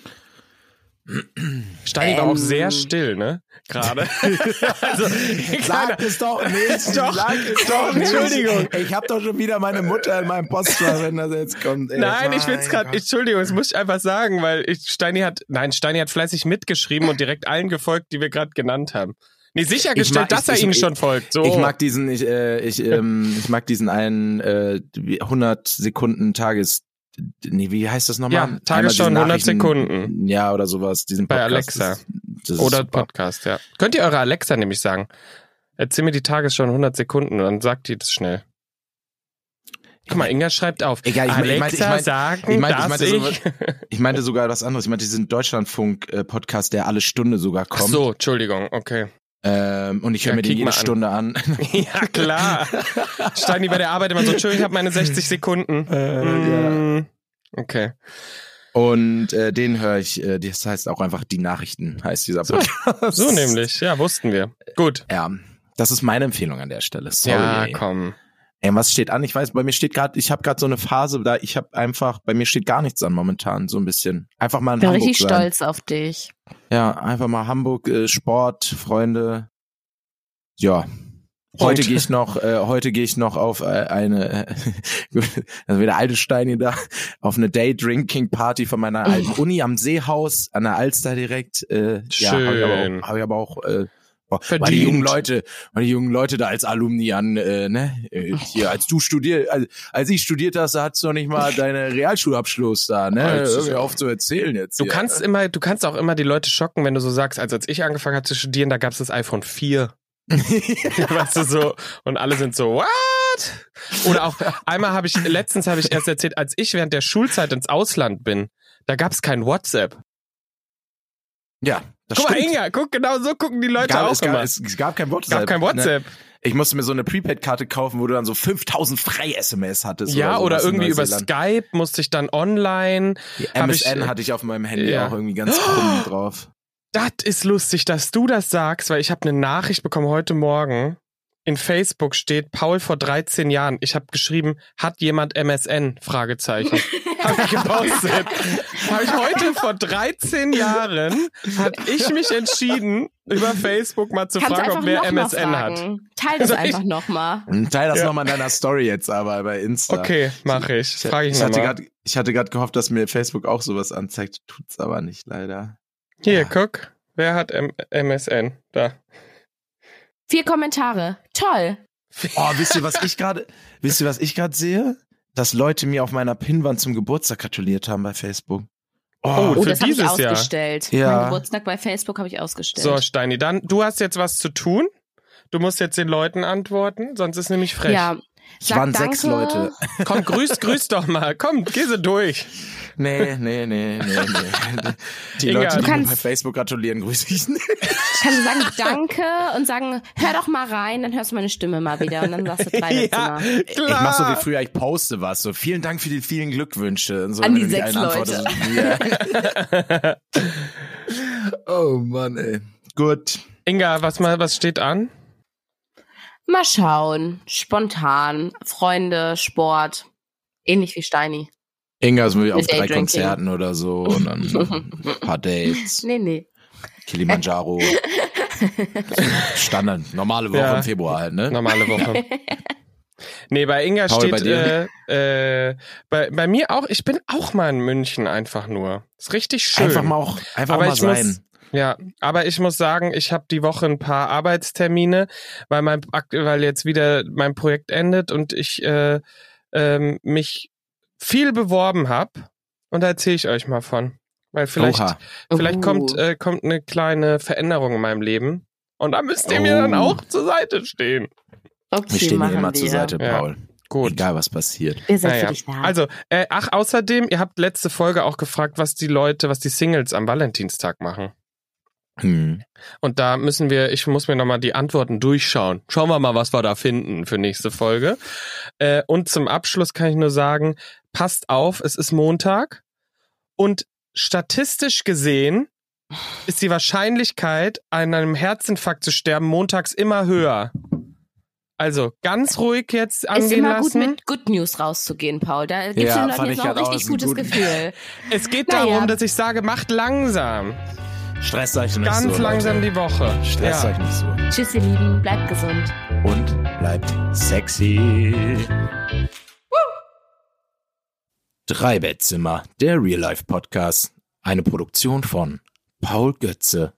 Speaker 1: Steini war
Speaker 2: Ähm.
Speaker 1: auch sehr still, ne? Gerade. also,
Speaker 3: Sag
Speaker 1: kleiner,
Speaker 3: es doch nicht.
Speaker 1: Doch,
Speaker 3: Sag es doch nicht.
Speaker 1: Entschuldigung.
Speaker 3: Ich habe doch schon wieder meine Mutter in meinem Postfach, wenn das jetzt kommt. Ey.
Speaker 1: nein, ich
Speaker 3: Mein
Speaker 1: will's gerade,
Speaker 3: Gott.
Speaker 1: Entschuldigung, das muss ich einfach sagen, weil ich, Steini hat, nein, Steini hat fleißig mitgeschrieben und direkt allen gefolgt, die wir gerade genannt haben. Nee, sichergestellt,
Speaker 3: Ich mag-
Speaker 1: dass
Speaker 3: ich-
Speaker 1: er
Speaker 3: ich-
Speaker 1: ihnen
Speaker 3: ich-
Speaker 1: schon folgt. So.
Speaker 3: Ich mag diesen, ich, äh, ich, ähm, ich mag diesen einen äh, 100 Sekunden Tages, nee, wie heißt das nochmal?
Speaker 1: Ja,
Speaker 3: Einmal
Speaker 1: Tagesschau
Speaker 3: diese
Speaker 1: 100
Speaker 3: Nachrichten-
Speaker 1: Sekunden.
Speaker 3: Ja, oder sowas. Diesen
Speaker 1: Bei
Speaker 3: Podcast.
Speaker 1: Alexa.
Speaker 3: Das, das
Speaker 1: Oder
Speaker 3: ist super.
Speaker 1: Podcast, ja. Könnt ihr eure Alexa nämlich sagen? Erzähl mir die Tagesschau in 100 Sekunden, dann sagt die das schnell. Guck mal, Inga schreibt auf.
Speaker 3: Egal, ich mein- ich meinte- ich
Speaker 1: Alexa
Speaker 3: meinte-
Speaker 1: sagen,
Speaker 3: ich meinte- ich
Speaker 1: dass
Speaker 3: meinte
Speaker 1: ich...
Speaker 3: so- Ich meinte sogar was anderes. Ich meinte diesen Deutschlandfunk-Podcast, der alle Stunde sogar
Speaker 1: Ach
Speaker 3: kommt.
Speaker 1: so, Entschuldigung, okay.
Speaker 3: Ähm, und ich höre
Speaker 1: Ja,
Speaker 3: mir den
Speaker 1: kick mal
Speaker 3: jede
Speaker 1: an.
Speaker 3: Stunde an.
Speaker 1: Ja, klar. Steini bei der Arbeit immer so, Entschuldigung, ich habe meine 60 Sekunden.
Speaker 3: Äh,
Speaker 1: Mm, Okay.
Speaker 3: Und äh, den höre ich, äh, das heißt auch einfach die Nachrichten, heißt dieser Podcast.
Speaker 1: So nämlich, ja, wussten wir. Gut.
Speaker 3: Ja, das ist meine Empfehlung an der Stelle. Sorry.
Speaker 1: Ja,
Speaker 3: ey.
Speaker 1: komm.
Speaker 3: Ey, was steht an? Ich weiß, bei mir steht gerade, ich habe gerade so eine Phase da, ich habe einfach, bei mir steht gar nichts an momentan, so ein bisschen. Einfach mal in
Speaker 2: Ich bin
Speaker 3: Hamburg
Speaker 2: richtig
Speaker 3: sein.
Speaker 2: stolz auf dich.
Speaker 3: Ja, einfach mal Hamburg, äh, Sport, Freunde. Ja. Heute
Speaker 1: Und-
Speaker 3: gehe ich noch, äh, heute gehe ich noch auf äh, eine, äh, also wieder alte Steine da, auf eine Day-Drinking-Party von meiner
Speaker 1: Oh.
Speaker 3: alten Uni am Seehaus, an der Alster direkt. Äh, Ja, habe ich aber
Speaker 1: Schön.
Speaker 3: auch, hab ich aber auch äh, boah, weil die
Speaker 1: Verdient.
Speaker 3: jungen Leute, weil die jungen Leute da als Alumni an, äh, ne, äh, hier, als du studiert, als, als ich studiert hast, da hattest du noch nicht mal deinen Realschulabschluss da, ne?
Speaker 1: Als-
Speaker 3: Hör mir auf zu erzählen jetzt.
Speaker 1: Du
Speaker 3: hier.
Speaker 1: kannst immer, du kannst auch immer die Leute schocken, wenn du so sagst, also als ich angefangen habe zu studieren, da gab es das iPhone 4. weißt du so, und alle sind so, what? Oder auch, einmal habe ich, letztens habe ich erst erzählt, als ich während der Schulzeit ins Ausland bin, da gab es kein WhatsApp.
Speaker 3: Ja, das
Speaker 1: guck
Speaker 3: stimmt.
Speaker 1: mal, Inga, guck, genau so gucken die Leute
Speaker 3: gab,
Speaker 1: auch
Speaker 3: es,
Speaker 1: immer.
Speaker 3: gab, es, es gab kein WhatsApp.
Speaker 1: gab kein WhatsApp.
Speaker 3: Ne? Ich musste mir so eine Prepaid-Karte kaufen, wo du dann so 5000 Frei-SMS hattest.
Speaker 1: Ja, oder,
Speaker 3: sowas in
Speaker 1: irgendwie über
Speaker 3: Neuseeland.
Speaker 1: Skype musste ich dann online.
Speaker 3: Die
Speaker 1: hab ich-
Speaker 3: MSN hatte ich auf meinem Handy
Speaker 1: Ja.
Speaker 3: auch irgendwie ganz krumm drauf.
Speaker 1: Das ist lustig, dass du das sagst, weil ich habe eine Nachricht bekommen heute Morgen. In Facebook steht Paul vor 13 Jahren. Ich habe geschrieben, hat jemand MSN? Fragezeichen. habe ich gepostet. habe ich heute vor 13 Jahren hat ich mich entschieden, über Facebook mal zu
Speaker 2: Kannst
Speaker 1: fragen,
Speaker 2: einfach
Speaker 1: ob wer
Speaker 2: noch mal
Speaker 1: MSN hat.
Speaker 2: fragen. Teil das
Speaker 1: Soll ich-
Speaker 2: einfach nochmal.
Speaker 3: Teil das
Speaker 1: Ja.
Speaker 3: nochmal in deiner Story jetzt aber bei Insta.
Speaker 1: Okay, mache ich.
Speaker 3: Ich,
Speaker 1: Frage ich,
Speaker 3: ich
Speaker 1: noch
Speaker 3: hatte
Speaker 1: mal.
Speaker 3: gerade ich hatte gerade gehofft, dass mir Facebook auch sowas anzeigt. Tut's aber nicht leider.
Speaker 1: Hier,
Speaker 3: Ja.
Speaker 1: guck. Wer hat M MSN? Da.
Speaker 2: Vier Kommentare. Toll.
Speaker 3: Oh, wisst ihr, was ich gerade wisst ihr, was ich gerade sehe? Dass Leute mir auf meiner Pinwand zum Geburtstag gratuliert haben bei Facebook.
Speaker 1: Oh,
Speaker 2: Oh,
Speaker 1: für
Speaker 2: das habe ich
Speaker 1: dieses Jahr.
Speaker 2: ausgestellt.
Speaker 3: Ja.
Speaker 2: Mein Geburtstag bei Facebook habe ich ausgestellt.
Speaker 1: So, Steini, dann du hast jetzt was zu tun. Du musst jetzt den Leuten antworten, sonst ist nämlich frech.
Speaker 2: ja.
Speaker 3: es
Speaker 2: Sag
Speaker 3: waren
Speaker 2: danke.
Speaker 3: sechs Leute.
Speaker 1: Komm, grüß, grüß doch mal. Komm, geh sie durch.
Speaker 3: Nee, nee, nee, nee, nee. Die
Speaker 1: Inga,
Speaker 3: Leute,
Speaker 1: du
Speaker 3: die mir bei
Speaker 2: kannst-
Speaker 3: Facebook gratulieren, grüße ich nicht.
Speaker 2: Kannst du sagen Danke und sagen, hör doch mal rein, dann hörst du meine Stimme mal wieder und dann sagst du drei letzte Mal.
Speaker 1: klar.
Speaker 3: Ich mach so wie früher, ich poste was. So, vielen Dank für die vielen Glückwünsche. Und so,
Speaker 2: An die
Speaker 3: wenn du nicht
Speaker 2: sechs
Speaker 3: allen antwortest. Ja. oh Mann, ey. Gut.
Speaker 1: Inga, was mal, was steht an?
Speaker 2: Mal schauen. Spontan. Freunde, Sport. Ähnlich wie Steini.
Speaker 3: Inga ist wir auf
Speaker 2: Mit
Speaker 3: drei
Speaker 2: Daydrinking.
Speaker 3: Konzerten oder so und dann ein paar Dates.
Speaker 2: Nee, nee.
Speaker 3: Kilimanjaro. Standard. Normale Woche
Speaker 1: Ja.
Speaker 3: im Februar halt, ne?
Speaker 1: Normale Woche. Nee, bei Inga
Speaker 3: Paul,
Speaker 1: steht
Speaker 3: bei dir?
Speaker 1: äh, äh, bei, bei mir auch, ich bin auch mal in München einfach nur. Ist richtig schön.
Speaker 3: Einfach mal auch, einfach
Speaker 1: Aber
Speaker 3: mal
Speaker 1: ich
Speaker 3: sein.
Speaker 1: muss- Ja, aber ich muss sagen, ich habe die Woche ein paar Arbeitstermine, weil mein akt- weil jetzt wieder mein Projekt endet und ich äh, ähm, mich viel beworben habe und da erzähle ich euch mal von, weil vielleicht
Speaker 3: Oha.
Speaker 1: vielleicht
Speaker 2: Oh.
Speaker 1: kommt äh, kommt eine kleine Veränderung in meinem Leben und da müsst ihr mir
Speaker 3: Oh.
Speaker 1: dann auch zur Seite stehen.
Speaker 2: Okay,
Speaker 3: Wir stehen dir
Speaker 2: machen
Speaker 3: immer
Speaker 2: wir.
Speaker 3: zur Seite,
Speaker 1: Ja.
Speaker 3: Paul.
Speaker 1: Gut.
Speaker 3: Egal, was passiert.
Speaker 2: Wir sind
Speaker 1: Naja.
Speaker 2: für dich da.
Speaker 1: Also, äh, ach, außerdem, ihr habt letzte Folge auch gefragt, was die Leute, was die Singles am Valentinstag machen.
Speaker 3: Hm.
Speaker 1: Und da müssen wir, ich muss mir nochmal die Antworten durchschauen. Schauen wir mal, was wir da finden für nächste Folge. Äh, und zum Abschluss kann ich nur sagen, passt auf, es ist Montag. Und statistisch gesehen ist die Wahrscheinlichkeit, an einem Herzinfarkt zu sterben, montags immer höher. Also ganz ruhig jetzt angehen
Speaker 2: ist immer gut,
Speaker 1: lassen.
Speaker 2: mit Good News rauszugehen, Paul. Da gibst
Speaker 3: Ja,
Speaker 2: du den
Speaker 3: fand
Speaker 2: Leuten
Speaker 3: ich
Speaker 2: jetzt noch ein
Speaker 3: gerade
Speaker 2: richtig
Speaker 3: auch,
Speaker 2: gutes
Speaker 3: ist ein gut-
Speaker 2: Gefühl.
Speaker 1: es geht
Speaker 2: Naja.
Speaker 1: darum, dass ich sage, macht langsam.
Speaker 3: Stresst euch nicht so.
Speaker 1: Ganz
Speaker 3: Leute.
Speaker 1: langsam die Woche.
Speaker 3: Stresst
Speaker 1: Ja.
Speaker 3: euch nicht so.
Speaker 2: Tschüss, ihr Lieben. Bleibt gesund.
Speaker 3: und bleibt sexy. Drei Bettzimmer, der Real Life Podcast, eine Produktion von Paul Götze